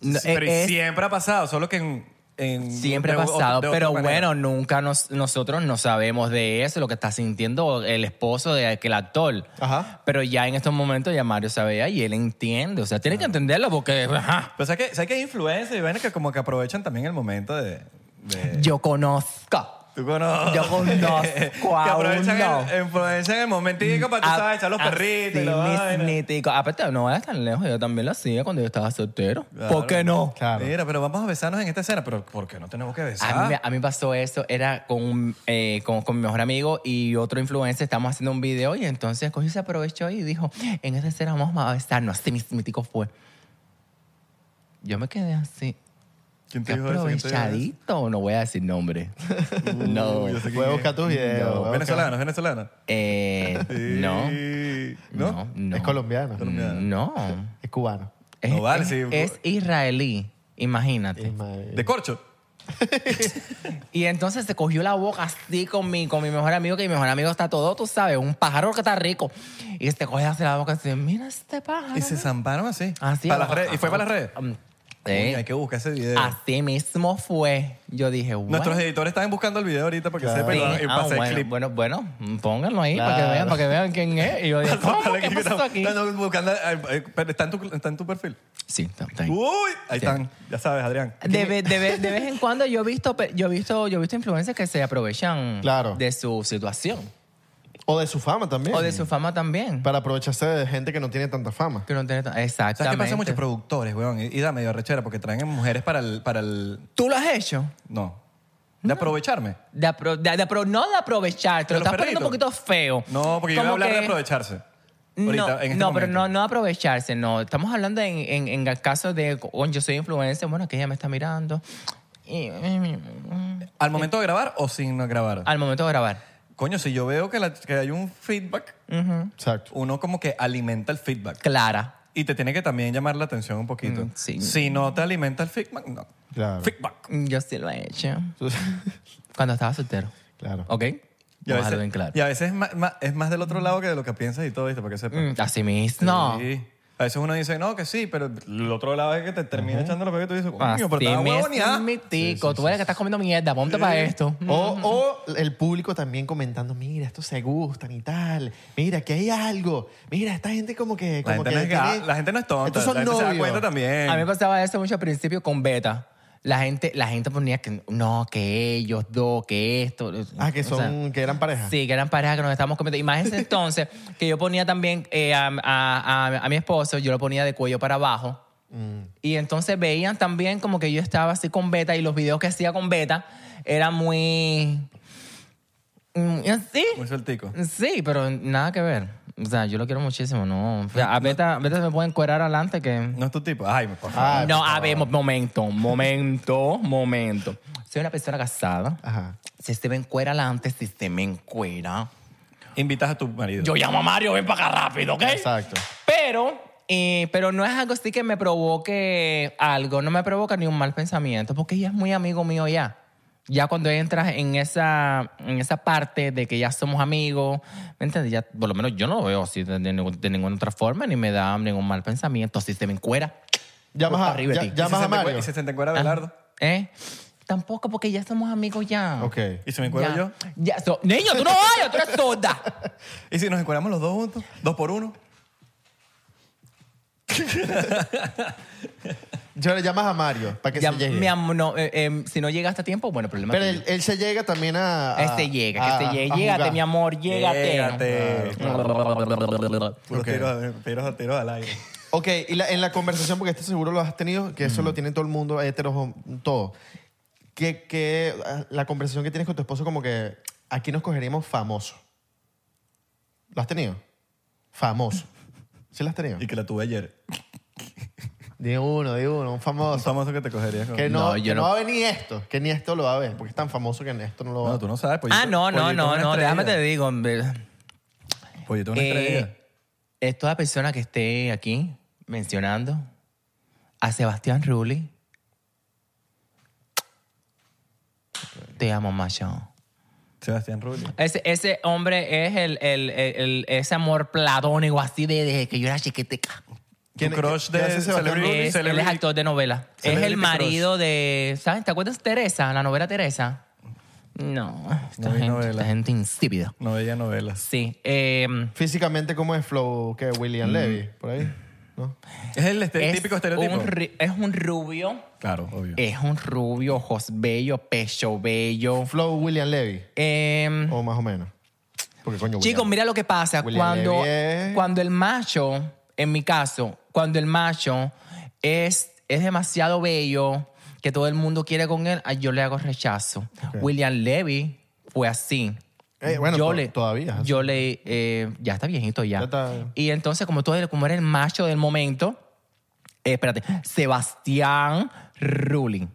Speaker 3: No,
Speaker 1: pero y
Speaker 3: es-
Speaker 1: siempre ha pasado, solo que en... en-
Speaker 3: Siempre
Speaker 1: de
Speaker 3: ha
Speaker 1: o- o-
Speaker 3: pasado,
Speaker 1: de otra
Speaker 3: pero
Speaker 1: manera.
Speaker 3: bueno, nunca nos- nosotros no sabemos de eso, lo que está sintiendo el esposo de aquel actor.
Speaker 2: Ajá.
Speaker 3: Pero ya en estos momentos ya Mario sabía y él entiende, o sea, tiene que entenderlo porque, ajá.
Speaker 1: Pero sabes que, sabes que hay influencers y vainas que como que aprovechan también el momento de... de-
Speaker 3: Yo conozco.
Speaker 1: Tú conoces.
Speaker 3: Yo
Speaker 1: [laughs]
Speaker 3: conozco a
Speaker 1: que aprovechan
Speaker 3: uno.
Speaker 1: el, aprovechan el momentico para, tú
Speaker 3: A-
Speaker 1: sabes, echar los perritos y
Speaker 3: así
Speaker 1: la vaina.
Speaker 3: mismitico. Aparte, no vayas tan lejos. Yo también lo hacía cuando yo estaba soltero.
Speaker 1: Claro.
Speaker 3: ¿Por qué no?
Speaker 2: Claro.
Speaker 1: Mira, pero vamos a besarnos en esta escena. Pero ¿por qué no tenemos que besar?
Speaker 3: A mí, me- a mí pasó eso, era con, un, eh, con, con mi mejor amigo y otro influencer, estábamos haciendo un video y entonces cogió y se aprovechó y dijo, en esta escena vamos a besarnos, así mítico fue. Yo me quedé así,
Speaker 1: ¿Quién
Speaker 3: qué
Speaker 1: te dijo eso? ¿Quién te dijo eso?
Speaker 3: aprovechadito, no voy a decir
Speaker 1: [laughs]
Speaker 3: nombre. no,
Speaker 1: Oh, Yo sé quién
Speaker 2: Voy a
Speaker 1: es.
Speaker 2: buscar tus videos. voy a buscar-
Speaker 1: Venezolanos, venezolanos. [laughs]
Speaker 3: eh, no,
Speaker 1: Sí. ¿No?
Speaker 3: no, no, Mm.
Speaker 2: Es colombiano.
Speaker 3: no,
Speaker 2: Es cubano.
Speaker 3: es,
Speaker 1: No vale,
Speaker 3: es-
Speaker 1: sí.
Speaker 3: es israelí, imagínate.
Speaker 2: Es madre.
Speaker 1: ¿De corcho?
Speaker 3: Y entonces se cogió la boca así con mi, con mi mejor amigo, que mi mejor amigo está todo, tú sabes, un pájaro que está rico. Y se coge así la boca así, mira este pájaro.
Speaker 1: Y se zamparon así.
Speaker 3: Así,
Speaker 1: Para las
Speaker 3: abajo.
Speaker 1: redes. ¿Y fue para las redes?
Speaker 3: Mm, sí.
Speaker 1: Uy, hay que buscar ese video.
Speaker 3: Así mismo fue. Yo dije, bueno.
Speaker 1: Nuestros editores están buscando el video ahorita porque sepan y lo van- y
Speaker 3: Sí.
Speaker 1: para
Speaker 3: Ah,
Speaker 1: hacer
Speaker 3: bueno,
Speaker 1: clip. [laughs]
Speaker 3: bueno, bueno, pónganlo ahí para que
Speaker 2: Claro.
Speaker 3: vean, para que vean quién es. Y yo
Speaker 1: [laughs]
Speaker 3: dije, ¿cómo?
Speaker 1: Dale,
Speaker 3: ¿Qué
Speaker 1: que
Speaker 3: pasó
Speaker 1: estamos-
Speaker 3: aquí?
Speaker 1: estamos buscando, eh, eh, pero está en tu, está en tu perfil.
Speaker 3: Sí, está- está ahí.
Speaker 1: Uy, ahí
Speaker 3: Sí.
Speaker 1: están. Ya sabes, Adrián.
Speaker 3: De, ve- de ve- de vez
Speaker 1: [laughs]
Speaker 3: en cuando yo he visto pe- yo he visto yo he visto influencers que se aprovechan
Speaker 2: Claro.
Speaker 3: de su situación.
Speaker 2: O de su fama también.
Speaker 3: O de su fama también.
Speaker 2: Para aprovecharse de gente que no tiene tanta fama.
Speaker 3: Que no tiene tan-
Speaker 1: ¿Sabes
Speaker 3: Exactamente.
Speaker 1: qué pasa? Muchos productores, weón. Y, y da medio arrechera porque traen mujeres para el. Para el
Speaker 3: ¿Tú lo has hecho?
Speaker 1: no. De aprovecharme.
Speaker 3: De apro- de- de apro- no de aprovechar, te
Speaker 1: ¿De
Speaker 3: lo
Speaker 1: los
Speaker 3: estás poniendo un poquito
Speaker 1: perritos?
Speaker 3: feo.
Speaker 1: No, porque yo voy a
Speaker 3: Como
Speaker 1: hablar de
Speaker 3: que-
Speaker 1: aprovecharse.
Speaker 3: No,
Speaker 1: Ahorita, en este
Speaker 3: no, pero
Speaker 1: momento.
Speaker 3: no, no aprovecharse, no. Estamos hablando en, en, en el caso de, "Oh, yo soy influencer, bueno, que ella me está mirando. Y- mm,
Speaker 1: ¿Al momento de grabar o sin grabar?
Speaker 3: al momento de grabar.
Speaker 1: Coño, si yo veo que, la- que hay un feedback,
Speaker 2: Exacto.
Speaker 1: uno como que alimenta el feedback.
Speaker 3: Clara.
Speaker 1: Y te tiene que también llamar la atención un poquito.
Speaker 3: Mm, sí.
Speaker 1: Si no te alimenta el feedback, no.
Speaker 2: Claro.
Speaker 1: Feedback.
Speaker 3: Yo sí lo he hecho. Cuando estaba soltero.
Speaker 2: [laughs] claro.
Speaker 3: ¿Ok?
Speaker 1: Y a
Speaker 3: Vamos a dejarlo
Speaker 1: veces,
Speaker 3: bien claro.
Speaker 1: y a veces es, ma- ma- es más del otro lado que de lo que piensas y todo, ¿viste? Porque sepas.
Speaker 3: Mm, Así mismo. No.
Speaker 1: Sí. A veces uno dice, no, que sí, pero el otro lado es que te termina echando lo que tú dices,
Speaker 3: Así
Speaker 1: coño, pero estaba huevo ni nada".
Speaker 3: mi tico. Tú eres que estás comiendo mierda. Ponte para esto.
Speaker 2: O, o el público también comentando, mira, estos se gustan y tal. Mira, aquí hay algo. Mira, esta gente como que...
Speaker 1: La
Speaker 2: Como
Speaker 1: gente,
Speaker 2: que
Speaker 1: no es
Speaker 2: tiene-
Speaker 1: ga- la gente no es tonta.
Speaker 2: Estos son
Speaker 1: la gente se da
Speaker 2: novios.
Speaker 1: cuenta también.
Speaker 3: A mí me pasaba eso mucho al principio con Beta. La gente, la gente ponía que no, que ellos dos, que esto.
Speaker 2: Ah, que
Speaker 3: O sea,
Speaker 2: son... que eran pareja.
Speaker 3: Sí, que eran parejas que nos estábamos comiendo. Y más en ese entonces, que yo ponía también eh, a, a- a- a mi esposo, yo lo ponía de cuello para abajo. Y entonces veían también como que yo estaba así con Beta y los videos que hacía con Beta eran muy... mm, Sí,
Speaker 1: Muy sueltico.
Speaker 3: sí, pero nada que ver. O sea, yo lo quiero muchísimo, ¿no? O sea, a Beta, a Beta se me pueden cuerar adelante que...
Speaker 1: No es tu tipo. Ay, por favor.
Speaker 2: Ah,
Speaker 3: No, a ver, mo- momento, momento, momento. Soy una persona casada.
Speaker 2: Ajá.
Speaker 3: Si se me encuera adelante, si se me encuera...
Speaker 1: Invitas a tu marido.
Speaker 3: Yo llamo a Mario, ven para acá rápido, ¿ok?
Speaker 2: Exacto.
Speaker 3: Pero, eh, pero no es algo así que me provoque algo, no me provoca ni un mal pensamiento, porque ella es muy amigo mío ya. Ya cuando entras en esa, en esa parte de que ya somos amigos, ¿me entiendes? Ya, por lo menos yo no lo veo así de, de ningún- de ninguna otra forma, ni me da ningún mal pensamiento. Si se me encuera,
Speaker 2: Llamas
Speaker 3: Pues
Speaker 2: a,
Speaker 3: arriba de
Speaker 2: ya-
Speaker 3: ti.
Speaker 1: ¿Y si
Speaker 2: llamas
Speaker 1: se
Speaker 2: a
Speaker 1: te
Speaker 2: Mario.
Speaker 1: cue- ¿Y si se te encuentra Belardo?
Speaker 3: ¿eh? Tampoco, porque ya somos amigos ya.
Speaker 2: Ok.
Speaker 1: ¿Y si me encuentro
Speaker 3: Ya.
Speaker 1: yo?
Speaker 3: Ya, so- niño, tú no vayas, tú eres sorda.
Speaker 1: ¿Y si nos encuadramos los dos juntos? ¿Dos por uno?
Speaker 2: Yo le llamas a Mario para [laughs] que
Speaker 3: Ya,
Speaker 2: se llegue.
Speaker 3: mi amor, no, eh, eh, si no llega hasta tiempo, bueno, problema
Speaker 2: Pero
Speaker 3: tuyo.
Speaker 2: él, él se llega también a... a-
Speaker 3: Este llega, que
Speaker 2: a-
Speaker 3: este llega.
Speaker 2: a
Speaker 3: Llégate,
Speaker 2: jugar.
Speaker 3: mi amor, llégate.
Speaker 1: Llégate. Puros
Speaker 2: Ok.
Speaker 1: tiros, eh, tiros- tiros al aire.
Speaker 2: Ok, y la- en la conversación, porque esto seguro lo has tenido, que eso lo tiene todo el mundo, heteros, hom- todo. Que, que ah, la conversación que tienes con tu esposo, como que aquí nos cogeríamos famoso. ¿Lo has tenido? Famoso. ¿Sí lo has tenido?
Speaker 1: [laughs] Y que la tuve ayer.
Speaker 2: De uno, de uno, un
Speaker 1: Un
Speaker 2: famoso.
Speaker 1: famoso que te cogerías con...
Speaker 2: Que no,
Speaker 3: No, yo
Speaker 2: que
Speaker 3: no.
Speaker 2: no va a ver ni esto, que ni esto lo va a ver, porque es tan famoso que en esto no lo va a
Speaker 1: No,
Speaker 2: ver.
Speaker 1: tú no sabes. Pollito,
Speaker 3: Ah, no, no,
Speaker 1: Pollito es
Speaker 3: no,
Speaker 1: una
Speaker 3: no, déjame
Speaker 1: estrella.
Speaker 3: te digo. hombre.
Speaker 1: Pollito es una estrella.
Speaker 3: Eh, es toda persona que esté aquí mencionando a Sebastián Rulli. Te amo, macho.
Speaker 1: Sebastián Rubio.
Speaker 3: Ese, ese hombre es el, el, el- el- ese amor platónico así de, de que yo era chiquitica.
Speaker 1: Tu
Speaker 2: ¿Quién-
Speaker 1: crush
Speaker 2: qué- qué hace
Speaker 1: de
Speaker 2: Sebastián
Speaker 3: Es,
Speaker 1: Celebrity.
Speaker 3: Este, él es
Speaker 1: Celebrity.
Speaker 3: actor de novela. Es
Speaker 1: Celebrity
Speaker 3: el marido de. ¿Sabes? ¿Te acuerdas de Teresa? La novela Teresa. No, esta,
Speaker 1: No vi
Speaker 3: gente,
Speaker 1: novela.
Speaker 3: esta gente insípida.
Speaker 1: No veía novelas.
Speaker 3: Sí. eh,
Speaker 2: Físicamente, ¿cómo es Flow? que
Speaker 1: Mm.
Speaker 2: William Levy, por ahí. ¿No?
Speaker 1: Es el este-
Speaker 3: es
Speaker 1: típico estereotipo.
Speaker 3: un Eh. ri- es un rubio.
Speaker 1: Claro, obvio.
Speaker 3: Es un rubio, ojos bello, pecho bello.
Speaker 2: Flow William Levy,
Speaker 3: Eh,
Speaker 2: o más o menos. Porque coño,
Speaker 3: Chicos,
Speaker 2: William-
Speaker 3: mira lo que pasa.
Speaker 2: William
Speaker 3: Cuando,
Speaker 2: Levy es-
Speaker 3: cuando el macho, en mi caso, cuando el macho es, es demasiado bello, que todo el mundo quiere con él, ah, yo le hago rechazo. William Levy fue así.
Speaker 2: Eh, bueno, to- todavía es así.
Speaker 3: Yo le. eh, ya está viejito ya.
Speaker 2: Ya está.
Speaker 3: Y entonces, como, todo, el- como era el macho del momento, eh, espérate, Sebastián Rulli.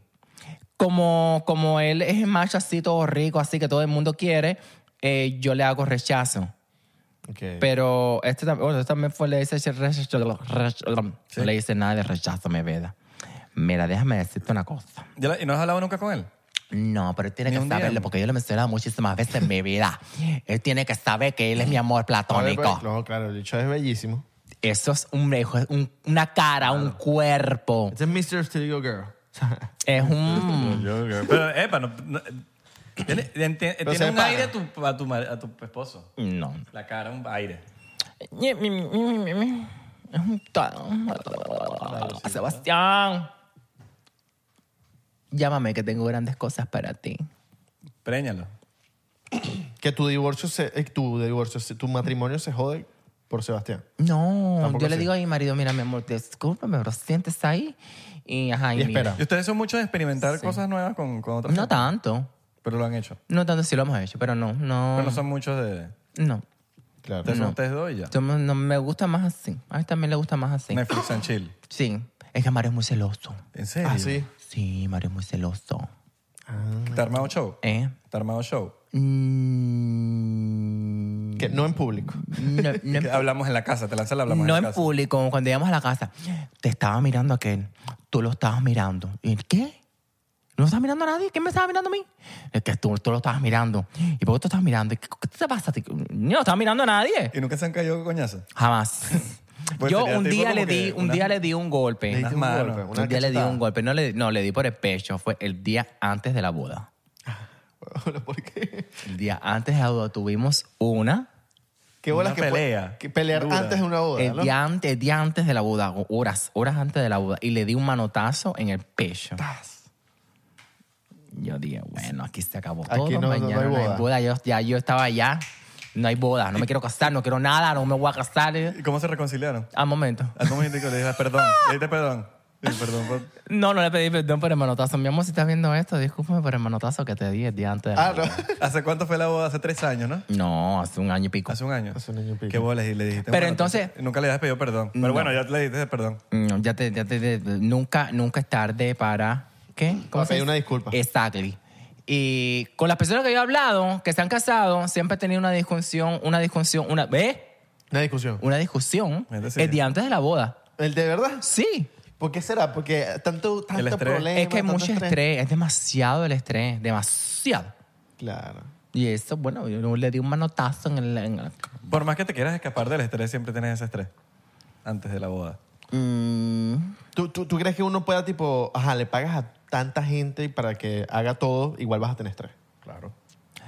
Speaker 3: Como, como él es macho así, todo rico, así que todo el mundo quiere, eh, yo le hago rechazo.
Speaker 2: Ok.
Speaker 3: Pero este, tam- bueno, este también fue, le dice, ese rechazo, rechazo, no le dice nada de rechazo, me veda. Mira, déjame decirte una cosa.
Speaker 1: Ya la- ¿Y no has hablado nunca con él?
Speaker 3: No, pero él tiene
Speaker 1: Ni
Speaker 3: que
Speaker 1: un día,
Speaker 3: saberlo,
Speaker 1: amor.
Speaker 3: porque yo lo he mencionado muchísimas veces en mi vida. Él tiene que saber que él es mi amor
Speaker 2: A ver,
Speaker 3: platónico.
Speaker 2: pues, No, claro, el dicho es bellísimo.
Speaker 3: Eso es un, un- una cara, un cuerpo.
Speaker 2: Este es Mr. Studio Girl.
Speaker 3: Es un...
Speaker 1: Pero, epa, no, no- tiene, tiene- tiene
Speaker 2: se
Speaker 1: un
Speaker 2: para.
Speaker 1: aire a tu, a, tu, mar- a tu esposo.
Speaker 3: No.
Speaker 1: La cara, un aire.
Speaker 3: Es un todo. Sebastián. Llámame que tengo grandes cosas para ti.
Speaker 1: Préñalo.
Speaker 2: Que tu divorcio, se, eh, tu divorcio, se- tu matrimonio se jode por Sebastián.
Speaker 3: No,
Speaker 2: Tampoco
Speaker 3: yo le
Speaker 2: así.
Speaker 3: digo a mi marido, mira, mi amor, discúlpame, pero siéntese ahí y, ajá,
Speaker 2: Y
Speaker 3: mira.
Speaker 2: espera.
Speaker 1: Y ustedes son muchos de experimentar cosas nuevas con, con otras
Speaker 3: No
Speaker 1: gente,
Speaker 3: tanto,
Speaker 1: Pero lo han hecho.
Speaker 3: no tanto si lo hemos hecho, pero no, no,
Speaker 1: Pero no son muchos de...
Speaker 3: no.
Speaker 2: Claro.
Speaker 1: Ustedes son
Speaker 3: No.
Speaker 1: ustedes dos y ya.
Speaker 3: Yo me- no, me gusta más así. A mí también le gusta más así.
Speaker 1: Netflix and chill.
Speaker 3: Sí, es que Mario es muy celoso.
Speaker 1: ¿En serio?
Speaker 2: Ah, sí.
Speaker 3: Sí, Mario es muy celoso.
Speaker 1: ¿Está armado show?
Speaker 3: ¿Eh?
Speaker 1: ¿Está armado show?
Speaker 3: Mm,
Speaker 2: Que no en público.
Speaker 3: [laughs] no, no
Speaker 1: Que hablamos en la casa, te lanza la hablamos
Speaker 3: No
Speaker 1: en la
Speaker 3: en
Speaker 1: casa.
Speaker 3: público, cuando llegamos a la casa. Te estaba mirando aquel. Tú lo estabas mirando. ¿Y el qué? ¿No estás mirando a nadie? ¿Quién me estaba mirando a mí? Es que tú, tú lo estabas mirando. ¿Y por qué tú estás mirando? ¿Qué, qué te pasa? a ti? Yo no estaba mirando a nadie.
Speaker 1: ¿Y nunca se han caído coñazos?
Speaker 3: Jamás. [laughs]
Speaker 1: Pues
Speaker 3: Yo
Speaker 1: sería
Speaker 3: un
Speaker 1: tipo
Speaker 3: día le
Speaker 1: como
Speaker 3: di,
Speaker 1: que
Speaker 3: un
Speaker 1: una-
Speaker 3: día le di un golpe.
Speaker 2: Le diste un
Speaker 1: manos.
Speaker 2: golpe, una
Speaker 3: un día le di
Speaker 2: cachetada.
Speaker 3: un golpe. No le, no, le di por el pecho. Fue el día antes de la boda.
Speaker 2: [laughs] ¿Por qué?
Speaker 3: El día antes de la boda tuvimos una.
Speaker 2: ¿Qué bolas
Speaker 1: Una
Speaker 2: que fue-
Speaker 1: pelea
Speaker 2: que pelear
Speaker 1: dura.
Speaker 2: antes de una boda.
Speaker 3: El
Speaker 2: ¿no?
Speaker 3: día, antes, el día antes de la boda, o horas, horas antes de la boda, y le di un manotazo en el pecho. Yo dije, bueno, aquí se acabó
Speaker 2: Aquí
Speaker 3: todo.
Speaker 2: no- no hay
Speaker 3: mañana no hay
Speaker 2: boda.
Speaker 3: boda. Yo, ya yo estaba allá, no hay boda, no me quiero casar, no quiero nada, no me voy a casar.
Speaker 1: ¿Y cómo
Speaker 3: [laughs]
Speaker 1: se reconciliaron?
Speaker 3: Al momento.
Speaker 1: Al momento que le dije, perdón, le dije
Speaker 3: [laughs]
Speaker 1: perdón. Le dije, perdón por-
Speaker 3: No, no le pedí perdón por el manotazo. Mi amor, si estás viendo esto, discúlpame por el manotazo que te di el día antes. de la
Speaker 2: Ah, no. [laughs]
Speaker 3: boda.
Speaker 1: ¿Hace cuánto fue la boda? Hace tres años, ¿no?
Speaker 3: No, hace un año y pico.
Speaker 1: Hace un año.
Speaker 2: Hace un año y pico.
Speaker 1: ¿Qué bolas? Y le dijiste.
Speaker 3: Pero
Speaker 1: bueno,
Speaker 3: entonces-
Speaker 1: Nunca le habías pedido perdón. Pero
Speaker 3: No.
Speaker 1: bueno, ya le dijiste perdón.
Speaker 3: No, Mm, ya te, ya te- te- nunca, nunca es tarde para ¿qué?
Speaker 2: Para pedir
Speaker 3: dice?
Speaker 2: una disculpa.
Speaker 3: Exactly. Y con las personas que yo he hablado, que se han casado, siempre he tenido una discusión, una discusión, una ¿ves?
Speaker 2: Una discusión.
Speaker 3: Una discusión
Speaker 1: Es decir,
Speaker 3: el día antes de la boda.
Speaker 2: ¿El de verdad?
Speaker 3: Sí.
Speaker 2: ¿Por qué será? Porque tanto, tanto
Speaker 1: estrés.
Speaker 2: problema.
Speaker 3: es que hay
Speaker 2: tanto
Speaker 3: mucho estrés. es demasiado el estrés, demasiado.
Speaker 2: Claro.
Speaker 3: Y eso, bueno, yo le di un manotazo en el... en el-
Speaker 1: Por más que te quieras escapar del estrés, siempre tienes ese estrés. Antes de la boda.
Speaker 3: Mm,
Speaker 2: ¿Tú, tú, tú crees que uno pueda, tipo, ajá, le pagas a tanta gente para que haga todo, igual vas a tener estrés?
Speaker 1: Claro.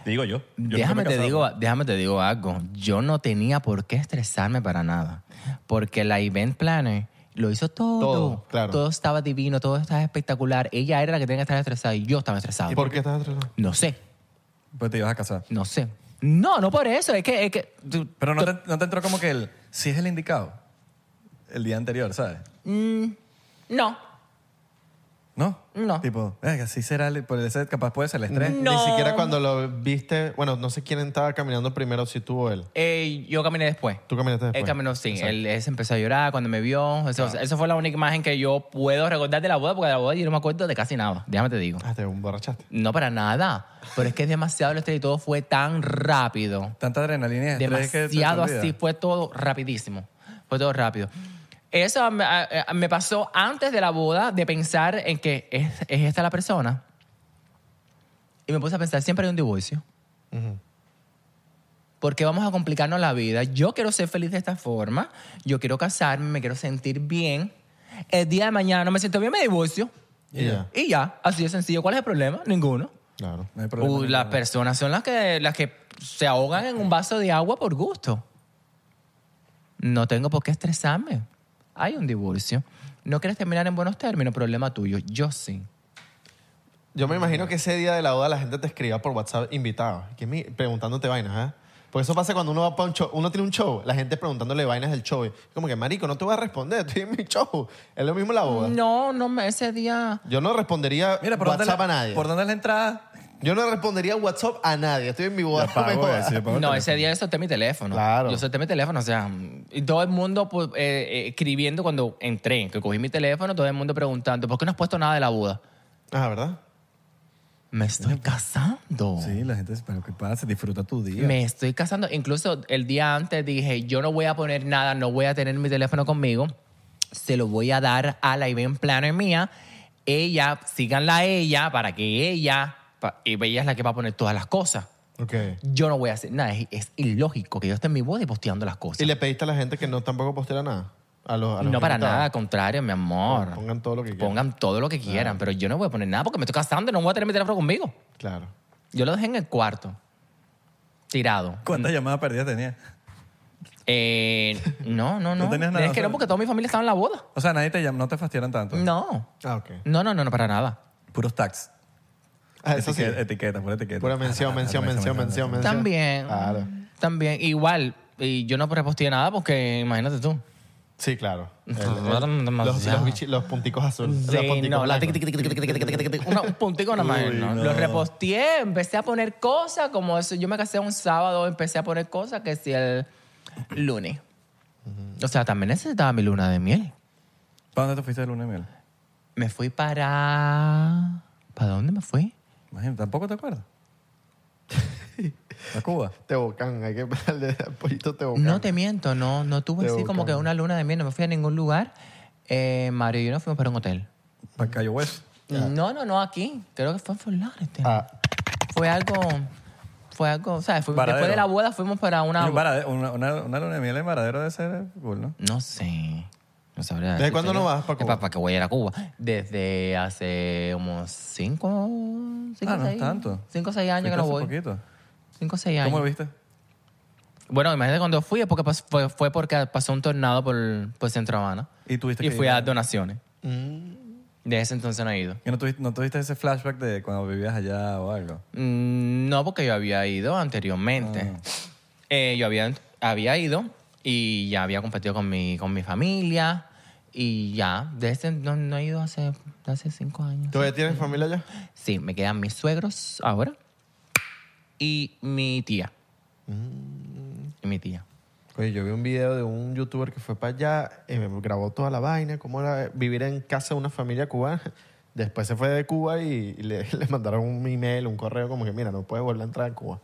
Speaker 1: Digo yo. Yo nunca me
Speaker 3: déjame,
Speaker 1: he
Speaker 3: te
Speaker 1: casado.
Speaker 3: digo, déjame te digo algo. Yo no tenía por qué estresarme para nada. Porque la event planner lo hizo todo.
Speaker 2: Todo, claro.
Speaker 3: Todo estaba divino, todo estaba espectacular. Ella era la que tenía que estar estresada y yo estaba estresado.
Speaker 2: ¿Y por qué estás estresado?
Speaker 3: No sé,
Speaker 1: Pues te ibas a casar.
Speaker 3: no sé. No, no por eso. Es que... Es que tú-
Speaker 1: Pero no
Speaker 3: tú-
Speaker 1: te, no te entró como que el. Si es el indicado. El día anterior, ¿sabes?
Speaker 3: No,
Speaker 1: ¿No?
Speaker 3: No.
Speaker 1: Tipo, eh, así será. el- Por el set, capaz puede ser el estrés.
Speaker 3: No.
Speaker 2: Ni siquiera cuando lo viste, bueno, no sé quién estaba caminando primero, si tú o él.
Speaker 3: eh, yo caminé después.
Speaker 2: Tú caminaste después.
Speaker 3: Él caminó, sí.
Speaker 2: Exacto.
Speaker 3: Él, él se empezó a llorar cuando me vio. Eso, eso fue la única imagen que yo puedo recordar de la boda, porque de la boda yo no me acuerdo de casi nada. Déjame te digo.
Speaker 2: Ah, te emborrachaste.
Speaker 3: No, para nada. Pero es que es demasiado el estrés y todo fue tan rápido.
Speaker 1: Tanta adrenalina y estrés que te- te
Speaker 3: Mm. Demasiado
Speaker 1: olvidas.
Speaker 3: así. Fue todo rapidísimo. Fue todo rápido. Eso me, a- a- me pasó antes de la boda de pensar en que es, es esta la persona. Y me puse a pensar, siempre hay un divorcio. Porque vamos a complicarnos la vida. Yo quiero ser feliz de esta forma. Yo quiero casarme, me quiero sentir bien. El día de mañana no me siento bien, me divorcio.
Speaker 2: Y ya.
Speaker 3: Y ya, así de sencillo. ¿Cuál es el problema? Ninguno.
Speaker 2: Claro.
Speaker 1: No hay problema.
Speaker 3: Uh, las personas son las que, las que se ahogan en un vaso de agua por gusto. No tengo por qué estresarme. Hay un divorcio. No quieres terminar en buenos términos, problema tuyo. Yo sí.
Speaker 2: Yo me imagino que ese día de la boda la gente te escriba por WhatsApp invitado, que mi- preguntándote vainas, ¿eh? Porque eso pasa cuando uno va para un show, uno tiene un show, la gente preguntándole vainas del show. y Como que, marico, no te voy a responder, [laughs] estoy en mi show. Es lo mismo la boda.
Speaker 3: No, no, me- ese día.
Speaker 2: Yo no respondería
Speaker 1: Mira, ¿por dónde
Speaker 2: WhatsApp
Speaker 1: la-
Speaker 2: a nadie.
Speaker 1: ¿Por dónde es la entrada?
Speaker 2: Yo no respondería WhatsApp a nadie. Estoy en mi boda.
Speaker 1: Ya pago
Speaker 2: no me jodas.
Speaker 1: ese, ya pago el
Speaker 3: No,
Speaker 1: teléfono.
Speaker 3: ese día yo solté mi teléfono.
Speaker 2: Claro.
Speaker 3: Yo solté mi teléfono, o sea, mm, y todo el mundo pues, eh, eh, escribiendo cuando entré, que cogí mi teléfono, todo el mundo preguntando, ¿por qué no has puesto nada de la boda?
Speaker 2: Ah, ¿verdad?
Speaker 3: Me estoy casando.
Speaker 1: Sí, la gente dice, pero ¿qué pasa? Disfruta tu día.
Speaker 3: Me estoy casando. Incluso el día antes dije, yo no voy a poner nada, no voy a tener mi teléfono conmigo. Se lo voy a dar a la event planner mía. Ella, síganla a ella para que ella, pa- y ella es la que va a poner todas las cosas.
Speaker 2: Ok.
Speaker 3: Yo no voy a hacer nada. Es, es ilógico que yo esté en mi boda y posteando las cosas.
Speaker 2: ¿Y le pediste a la gente que no tampoco posteara nada? A los, a los
Speaker 3: no para
Speaker 2: invitados.
Speaker 3: nada, al contrario, mi amor.
Speaker 2: Pongan todo lo que quieran.
Speaker 3: Pongan todo lo que quieran, pero yo no voy a poner nada porque me estoy casando y no voy a tener mi teléfono conmigo.
Speaker 2: Claro.
Speaker 3: Yo lo dejé en el cuarto, tirado.
Speaker 1: ¿Cuántas llamadas perdidas tenía?
Speaker 3: Eh, no, no, no.
Speaker 1: No tenías nada,
Speaker 3: es que
Speaker 1: o sea-
Speaker 3: no, porque toda mi familia estaba en la boda.
Speaker 1: O sea, nadie te llamó, no te fastidiaron tanto.
Speaker 3: No.
Speaker 2: Ah, ok.
Speaker 3: No, no, no, no, para nada.
Speaker 1: Puros tags.
Speaker 2: Ah, eso sí.
Speaker 1: Etiqueta, etiqueta, pura etiqueta. Ah,
Speaker 2: Pura mención, mención, mención, mención, mención.
Speaker 3: También.
Speaker 2: Claro.
Speaker 3: También. Igual. Y yo no reposteé nada porque imagínate tú.
Speaker 2: Sí, claro. El- el- los,
Speaker 3: Demasiado.
Speaker 2: los, bichi- los punticos azules. los
Speaker 3: Sí,
Speaker 2: punticos
Speaker 3: no, la
Speaker 2: blancos.
Speaker 3: tic, tic, tic, tic, tic, tic, tic, tic, tic, una- un puntico nada más. No, Lo reposteé, empecé a poner cosas como eso. Yo me casé un sábado, empecé a poner cosas que si el lunes. O sea, también necesitaba mi luna de miel.
Speaker 1: ¿Para dónde te fuiste el lunes, miel?
Speaker 3: Me fui para... ¿Para dónde me fui?
Speaker 1: Imagínate, tampoco te acuerdas. A Cuba.
Speaker 2: Tehuacán, hay que [laughs] darle apoyito Tehuacán.
Speaker 3: No te miento, no, no tuve
Speaker 2: Te
Speaker 3: así como que
Speaker 2: buscamos.
Speaker 3: una luna de miel, no me fui a ningún lugar. Eh, Mario y yo nos fuimos para un hotel.
Speaker 1: Para Cayo Hueso.
Speaker 3: No, no, no, aquí. Creo que fue en Fort Lauderdale.
Speaker 2: Ah,
Speaker 3: Fue algo... Fue algo... O sea, fue-
Speaker 1: Varadero.
Speaker 3: después de la boda fuimos para una...
Speaker 1: Y un varade- una, una, una luna de miel en varadero de ser eh, cool, ¿no?
Speaker 3: No sé. No sabría.
Speaker 2: ¿Desde cuándo no vas pa' Cuba?
Speaker 3: Para, que voy a ir a Cuba. Desde hace como cinco, cinco
Speaker 1: Ah, no es
Speaker 3: seis,
Speaker 1: tanto.
Speaker 3: Cinco o seis años
Speaker 1: Fuiste
Speaker 3: que no
Speaker 1: hace
Speaker 3: voy.
Speaker 1: poquito.
Speaker 3: Cinco o seis años.
Speaker 1: ¿Cómo lo viste?
Speaker 3: Bueno, imagínate cuando fui, es porque pas- fue, fue porque pasó un tornado por, por Centro Habana.
Speaker 1: Y tuviste
Speaker 3: Y
Speaker 1: que
Speaker 3: fui
Speaker 1: ir.
Speaker 3: a dar donaciones.
Speaker 2: Mm.
Speaker 3: De ese entonces no he ido.
Speaker 1: ¿Y no tuviste, no tuviste ese flashback de cuando vivías allá o algo?
Speaker 3: Mm, No, porque yo había ido
Speaker 2: Ah.
Speaker 3: anteriormente. Eh, yo había, había ido y ya había compartido con mi, con mi familia y ya. De ese no, no he ido hace, hace cinco años.
Speaker 2: ¿Todavía tienes familia allá?
Speaker 3: Sí, me quedan mis suegros ahora y mi tía.
Speaker 2: Mm.
Speaker 3: Y mi tía.
Speaker 2: Oye, yo vi un video de un youtuber que fue para allá, eh, grabó toda la vaina, cómo era vivir en casa de una familia cubana. [laughs] Después se fue de Cuba y, y le, [laughs] le mandaron un email, un correo como que, mira, no puedes volver a entrar en Cuba.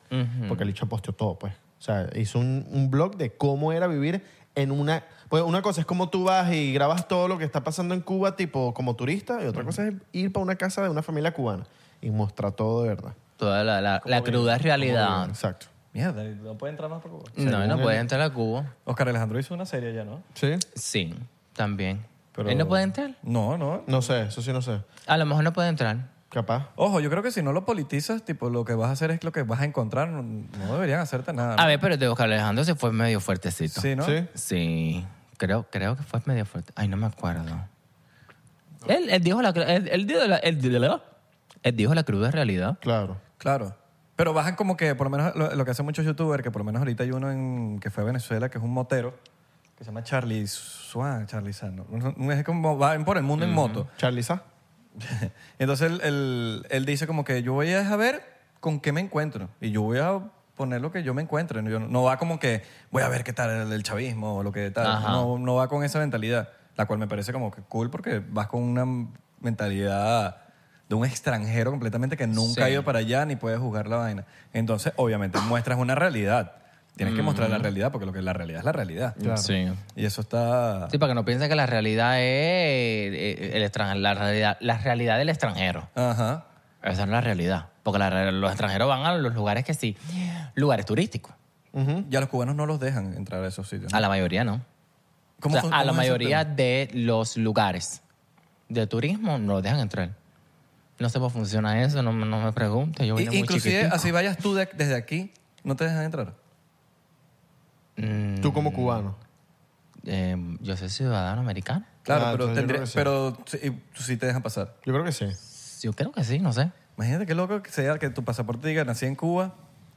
Speaker 2: Porque el hecho posteó todo, pues. O sea, hizo un, un blog de cómo era vivir en una... Pues una cosa es cómo tú vas y grabas todo lo que está pasando en Cuba, tipo como turista, y otra cosa es ir para una casa de una familia cubana y mostrar todo de verdad.
Speaker 3: Toda la, la- la cruda
Speaker 2: Muy bien,
Speaker 3: realidad.
Speaker 2: Exacto.
Speaker 1: Mierda, no puede entrar más para Cuba.
Speaker 3: No, no
Speaker 2: Según
Speaker 3: puede
Speaker 2: él.
Speaker 3: entrar a Cuba.
Speaker 1: Oscar Alejandro hizo una serie allá, ¿no?
Speaker 2: ¿Sí?
Speaker 3: Sí, también.
Speaker 1: Pero-
Speaker 3: Él no puede entrar.
Speaker 1: No, no.
Speaker 2: No sé, eso sí no sé.
Speaker 3: A lo mejor no puede entrar.
Speaker 2: Capaz.
Speaker 1: Ojo, yo creo que si no lo politizas, tipo, lo que vas a hacer es lo que vas a encontrar. No, no deberían hacerte nada. ¿no?
Speaker 3: A ver, pero te Oscar Alejandro se fue medio fuertecito.
Speaker 1: Sí, ¿no?
Speaker 2: ¿Sí?
Speaker 3: Sí, creo, creo que fue medio fuerte. Ay, no me acuerdo. Él, él dijo la, cru- él, él dijo la, él, él dijo la cruda realidad.
Speaker 2: Claro.
Speaker 1: Claro. Pero bajan como que, por lo menos lo, lo que hacen muchos youtubers, que por lo menos ahorita hay uno en, que fue a Venezuela, que es un motero, que se llama Charlie Swan, Charlie San. ¿no? Un- un- Es como va por el mundo en moto.
Speaker 2: Charlie Sa.
Speaker 1: [laughs] Entonces él, él- él dice como que yo voy a ver con qué me encuentro. Y yo voy a poner lo que yo me encuentro. No, yo no- no va como que voy a ver qué tal el, el chavismo o lo que tal.
Speaker 3: Ajá.
Speaker 1: No, no va con esa mentalidad. La cual me parece como que cool porque vas con una mentalidad de un extranjero completamente que nunca ha
Speaker 3: Sí. Ah.
Speaker 1: ido para allá ni puede juzgar la vaina. Entonces, obviamente, muestras una realidad. Tienes
Speaker 3: Mm.
Speaker 1: que mostrar la realidad porque lo que es la realidad es la realidad.
Speaker 3: Sí.
Speaker 1: Y eso está...
Speaker 3: Sí, para que no piensen que la realidad es eh, el extran- la, realidad, la realidad del extranjero.
Speaker 1: Ajá.
Speaker 3: Esa no es la realidad. Porque la- los extranjeros van a los lugares que sí, lugares turísticos.
Speaker 1: Ya los cubanos no los dejan entrar a esos sitios. ¿no?
Speaker 3: A la mayoría no.
Speaker 1: ¿Cómo
Speaker 3: O sea,
Speaker 1: fun-
Speaker 3: a
Speaker 1: cómo
Speaker 3: la
Speaker 1: es ese
Speaker 3: mayoría
Speaker 1: tema?
Speaker 3: de los lugares de turismo no los dejan entrar. No sé cómo funciona eso, no, me- no me preguntes. Yo
Speaker 1: I-
Speaker 3: vine muy
Speaker 1: inclusive,
Speaker 3: chiquitico.
Speaker 1: así vayas tú de- desde aquí, no te dejan entrar.
Speaker 2: Tú como cubano.
Speaker 3: Eh, Mm, yo soy ciudadano americano.
Speaker 1: Claro,
Speaker 2: Ah,
Speaker 1: pero,
Speaker 2: entonces yo
Speaker 1: tendría-
Speaker 2: creo que sí.
Speaker 1: pero sí, pues sí te dejan pasar.
Speaker 2: Yo creo que sí.
Speaker 3: Yo creo que sí, no sé.
Speaker 1: Imagínate qué loco que sea que tu pasaporte diga nací en Cuba,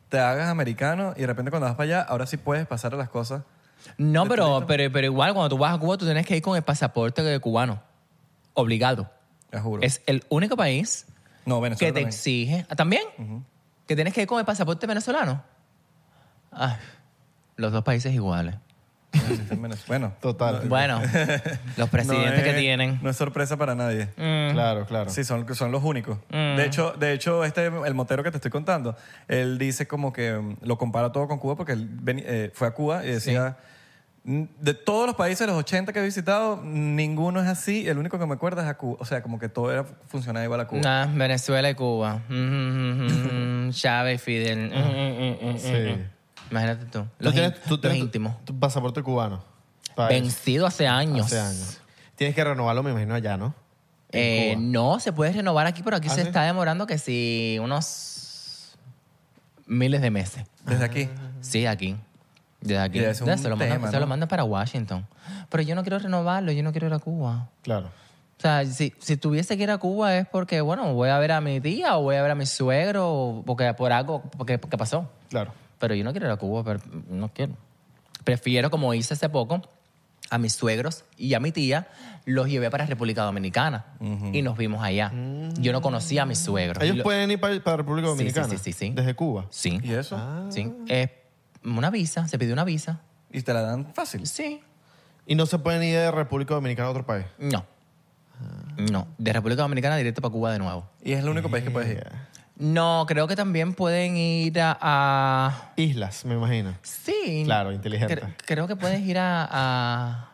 Speaker 1: te hagas americano y de repente cuando vas para allá, ahora sí puedes pasar a las cosas.
Speaker 3: No, pero, pero, pero igual cuando tú vas a Cuba tú tienes que ir con el pasaporte de cubano. Obligado.
Speaker 1: Te juro.
Speaker 3: Es el único país
Speaker 1: no, Venezuela.
Speaker 3: que te
Speaker 1: también.
Speaker 3: exige. ¿Ah, ¿También? Que tienes que ir con el pasaporte venezolano. Ay, los dos países iguales.
Speaker 1: Está en Venez- bueno,
Speaker 2: Total.
Speaker 1: [laughs]
Speaker 3: Bueno, los presidentes
Speaker 1: no eh, es-
Speaker 3: que tienen.
Speaker 1: No es sorpresa para nadie.
Speaker 2: Claro, claro.
Speaker 1: Sí, son, son los únicos.
Speaker 3: Mm.
Speaker 1: De hecho, de hecho este, el motero que te estoy contando, él dice como que mm, lo compara todo con Cuba porque él ven- eh, fue a Cuba y decía, "Mm, de todos los países, los 80 que he visitado, ninguno es así, el único que me acuerdo es a Cuba. O sea, como que todo era, funcionaba igual a Cuba.
Speaker 3: Nah, Ah, Venezuela y Cuba. Mm, Chávez, Fidel. Mm, mm, mm, mm,
Speaker 2: Sí.
Speaker 3: mm. Imagínate tú. Los, in-
Speaker 2: tú
Speaker 3: los
Speaker 2: tienes tu-
Speaker 3: íntimos.
Speaker 2: Tu, pasaporte cubano. Pa-
Speaker 3: Vencido hace años.
Speaker 2: Hace años. Tienes que renovarlo, me imagino, allá, ¿no?
Speaker 3: Eh,
Speaker 2: En Cuba.
Speaker 3: no, se puede renovar aquí, pero aquí
Speaker 2: ¿Ah,
Speaker 3: se
Speaker 2: sí?
Speaker 3: está demorando que si unos miles de meses.
Speaker 1: Desde aquí.
Speaker 3: Sí, aquí. Desde aquí.
Speaker 1: Ya, es un
Speaker 3: Ya, se, lo mandan,
Speaker 1: tema,
Speaker 3: se lo
Speaker 1: ¿no?
Speaker 3: mandan para Washington. Pero yo no quiero renovarlo, yo no quiero ir a Cuba.
Speaker 2: Claro.
Speaker 3: O O sea, si, si tuviese que ir a Cuba es porque, bueno, voy a ver a mi tía o voy a ver a mi suegro o porque por algo porque, porque pasó.
Speaker 2: Claro.
Speaker 3: Pero yo no quiero ir a Cuba, pero no quiero. Prefiero, como hice hace poco, a mis suegros y a mi tía, los llevé para República Dominicana y nos vimos allá. Yo no conocía a mis suegros.
Speaker 2: Ellos
Speaker 3: Lo-
Speaker 2: pueden ir para, para República
Speaker 3: Sí, sí,
Speaker 2: Dominicana.
Speaker 3: sí, sí, sí.
Speaker 2: Desde Cuba.
Speaker 3: Sí,
Speaker 1: ¿Y eso?
Speaker 3: sí. Es una visa, se pidió una visa.
Speaker 1: Y te la dan fácil.
Speaker 3: Sí.
Speaker 2: Y no se pueden ir de República Dominicana a otro país.
Speaker 3: No. No. De República Dominicana directo para Cuba de nuevo.
Speaker 1: Y es el único país que puedes ir.
Speaker 3: No, creo que también pueden ir a... a-
Speaker 2: Islas, me imagino.
Speaker 3: Sí.
Speaker 2: Claro, inteligente.
Speaker 3: Cre- creo que puedes ir a... A,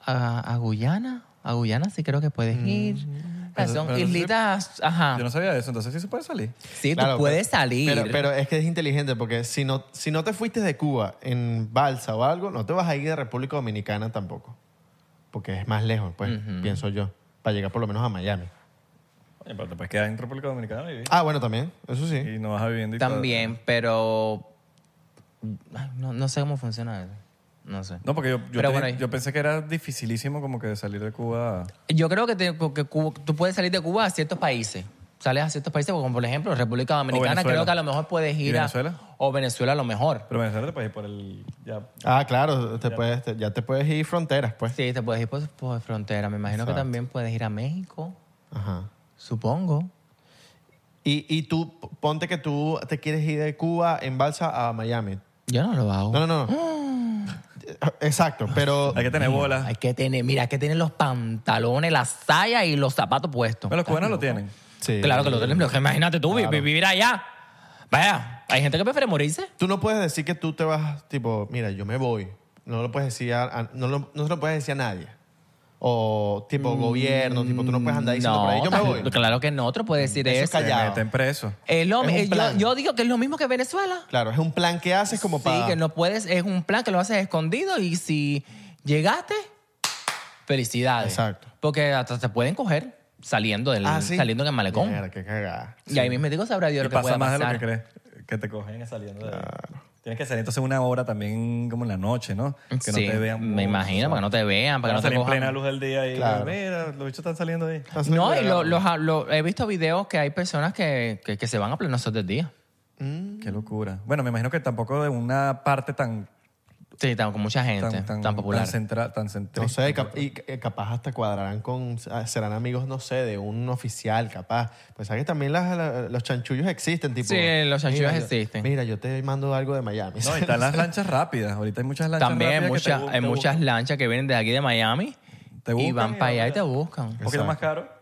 Speaker 3: a, a Guyana. A Guyana sí creo que puedes ir. Ah, Son
Speaker 1: Mm. pero no sé-
Speaker 3: islitas... Ajá.
Speaker 1: Yo no sabía eso, entonces sí se puede salir.
Speaker 3: Sí,
Speaker 2: Claro,
Speaker 3: tú puedes
Speaker 2: pero-
Speaker 3: salir.
Speaker 2: Pero, pero es que es inteligente porque si no, si no te fuiste de Cuba en balsa o algo, no te vas a ir de República Dominicana tampoco. Porque es más lejos, pues, pienso yo. Para llegar por lo menos a Miami.
Speaker 1: Oye, pero te puedes quedar en República Dominicana y vivir.
Speaker 2: Ah, bueno, también. Eso sí.
Speaker 1: Y no vas a viviendo y todo.
Speaker 3: También, pero... Ay, No, no sé cómo funciona eso. No sé.
Speaker 1: No, porque yo, yo,
Speaker 3: Pero
Speaker 1: te-
Speaker 3: bueno, y-
Speaker 1: yo pensé que era dificilísimo como que salir de Cuba.
Speaker 3: Yo creo que, te- porque Cuba- tú puedes salir de Cuba a ciertos países. Sales a ciertos países, como por ejemplo República Dominicana,
Speaker 1: Venezuela.
Speaker 3: creo que a lo mejor puedes ir
Speaker 1: ¿Y
Speaker 3: a-
Speaker 1: Venezuela?
Speaker 3: O Venezuela a lo mejor.
Speaker 1: Pero Venezuela te puedes ir por el... Ya.
Speaker 2: Ah, claro, te puedes, te- ya te puedes ir fronteras, pues.
Speaker 3: Sí, te puedes ir por, por frontera. Me imagino que
Speaker 2: Exacto.
Speaker 3: también puedes ir a México,
Speaker 2: Ajá.
Speaker 3: supongo.
Speaker 2: Y, y tú, p- ponte que tú te quieres ir de Cuba en balsa a Miami.
Speaker 3: Yo no lo hago.
Speaker 2: No, no, no. no.
Speaker 3: [gasps]
Speaker 2: Exacto, pero
Speaker 1: Hay que tener bolas.
Speaker 3: Hay que tener, mira, hay que tener los pantalones, las sayas y los zapatos puestos.
Speaker 1: Bueno, los cubanos lo tienen.
Speaker 2: Sí.
Speaker 3: Claro que lo tenemos. pero que Imagínate tú vi-
Speaker 2: Claro.
Speaker 3: vivir allá. Vaya, hay gente que prefiere morirse.
Speaker 2: tú no puedes decir que tú te vas, tipo, mira, yo me voy. No lo puedes decir a, a- no, lo, no se lo puedes decir a nadie. O tipo gobierno, tipo, tú no puedes andar diciendo por ahí, yo me
Speaker 3: tal-
Speaker 2: voy.
Speaker 3: [laughs]
Speaker 2: Mm,
Speaker 3: Claro Mm, que no, otro puede decir
Speaker 2: Eso es
Speaker 3: eso.
Speaker 1: Te
Speaker 2: Callado.
Speaker 1: meten preso.
Speaker 3: Es lo-
Speaker 2: Es un
Speaker 3: eh, yo,
Speaker 2: plan.
Speaker 3: yo digo que es lo mismo que Venezuela.
Speaker 2: Claro, es un plan que haces como para...
Speaker 3: Sí, que no puedes, es un plan que lo haces escondido y si llegaste, felicidades.
Speaker 2: Exacto.
Speaker 3: Porque hasta te pueden coger saliendo del
Speaker 2: Ah, sí.
Speaker 3: saliendo del malecón.
Speaker 2: Mierda, qué cagada.
Speaker 3: Y ahí mismo te digo, sabrá Dios
Speaker 1: Y
Speaker 3: lo que
Speaker 1: pasa
Speaker 3: pueda
Speaker 1: más de
Speaker 3: pasar.
Speaker 1: lo que crees. Que te cogen saliendo de ahí. Tienes que salir entonces una hora también como en la noche, ¿no? Que
Speaker 3: Sí,
Speaker 1: no te vean.
Speaker 3: Me imagino, para que no te vean, para que no te
Speaker 1: salir en
Speaker 3: cojan.
Speaker 1: plena luz del día y
Speaker 2: Claro.
Speaker 1: mira, los bichos están saliendo ahí.
Speaker 2: Estás
Speaker 3: No, y
Speaker 2: seguro,
Speaker 3: lo- los- ah, lo- he visto videos que hay personas que, que, que se van a pleno sol del día.
Speaker 1: Qué locura. Bueno, me imagino que tampoco de una parte tan
Speaker 3: Sí, tan- con mucha gente,
Speaker 1: tan
Speaker 3: tan,
Speaker 1: tan,
Speaker 3: popular.
Speaker 1: tan central, tan centrista.
Speaker 2: No sé, cap- y ca- capaz hasta cuadrarán con, serán amigos, no sé, de un oficial, capaz. Pues sabes que también las- la- los chanchullos existen, tipo.
Speaker 3: Sí, los chanchullos
Speaker 2: "Mira, yo-
Speaker 3: existen.
Speaker 2: mira, yo te mando algo de Miami.
Speaker 1: No, y están
Speaker 3: [laughs]
Speaker 1: las lanchas rápidas. Ahorita hay muchas lanchas
Speaker 3: También hay
Speaker 1: rápidas. que te
Speaker 3: muchas,
Speaker 1: bu-
Speaker 3: hay
Speaker 1: te
Speaker 3: muchas
Speaker 1: buscan.
Speaker 3: lanchas que vienen de aquí de Miami
Speaker 1: Te
Speaker 3: y
Speaker 1: buscan
Speaker 3: van
Speaker 1: y
Speaker 3: para allá y
Speaker 1: ahora-
Speaker 3: te buscan.
Speaker 1: Un poquito más caro.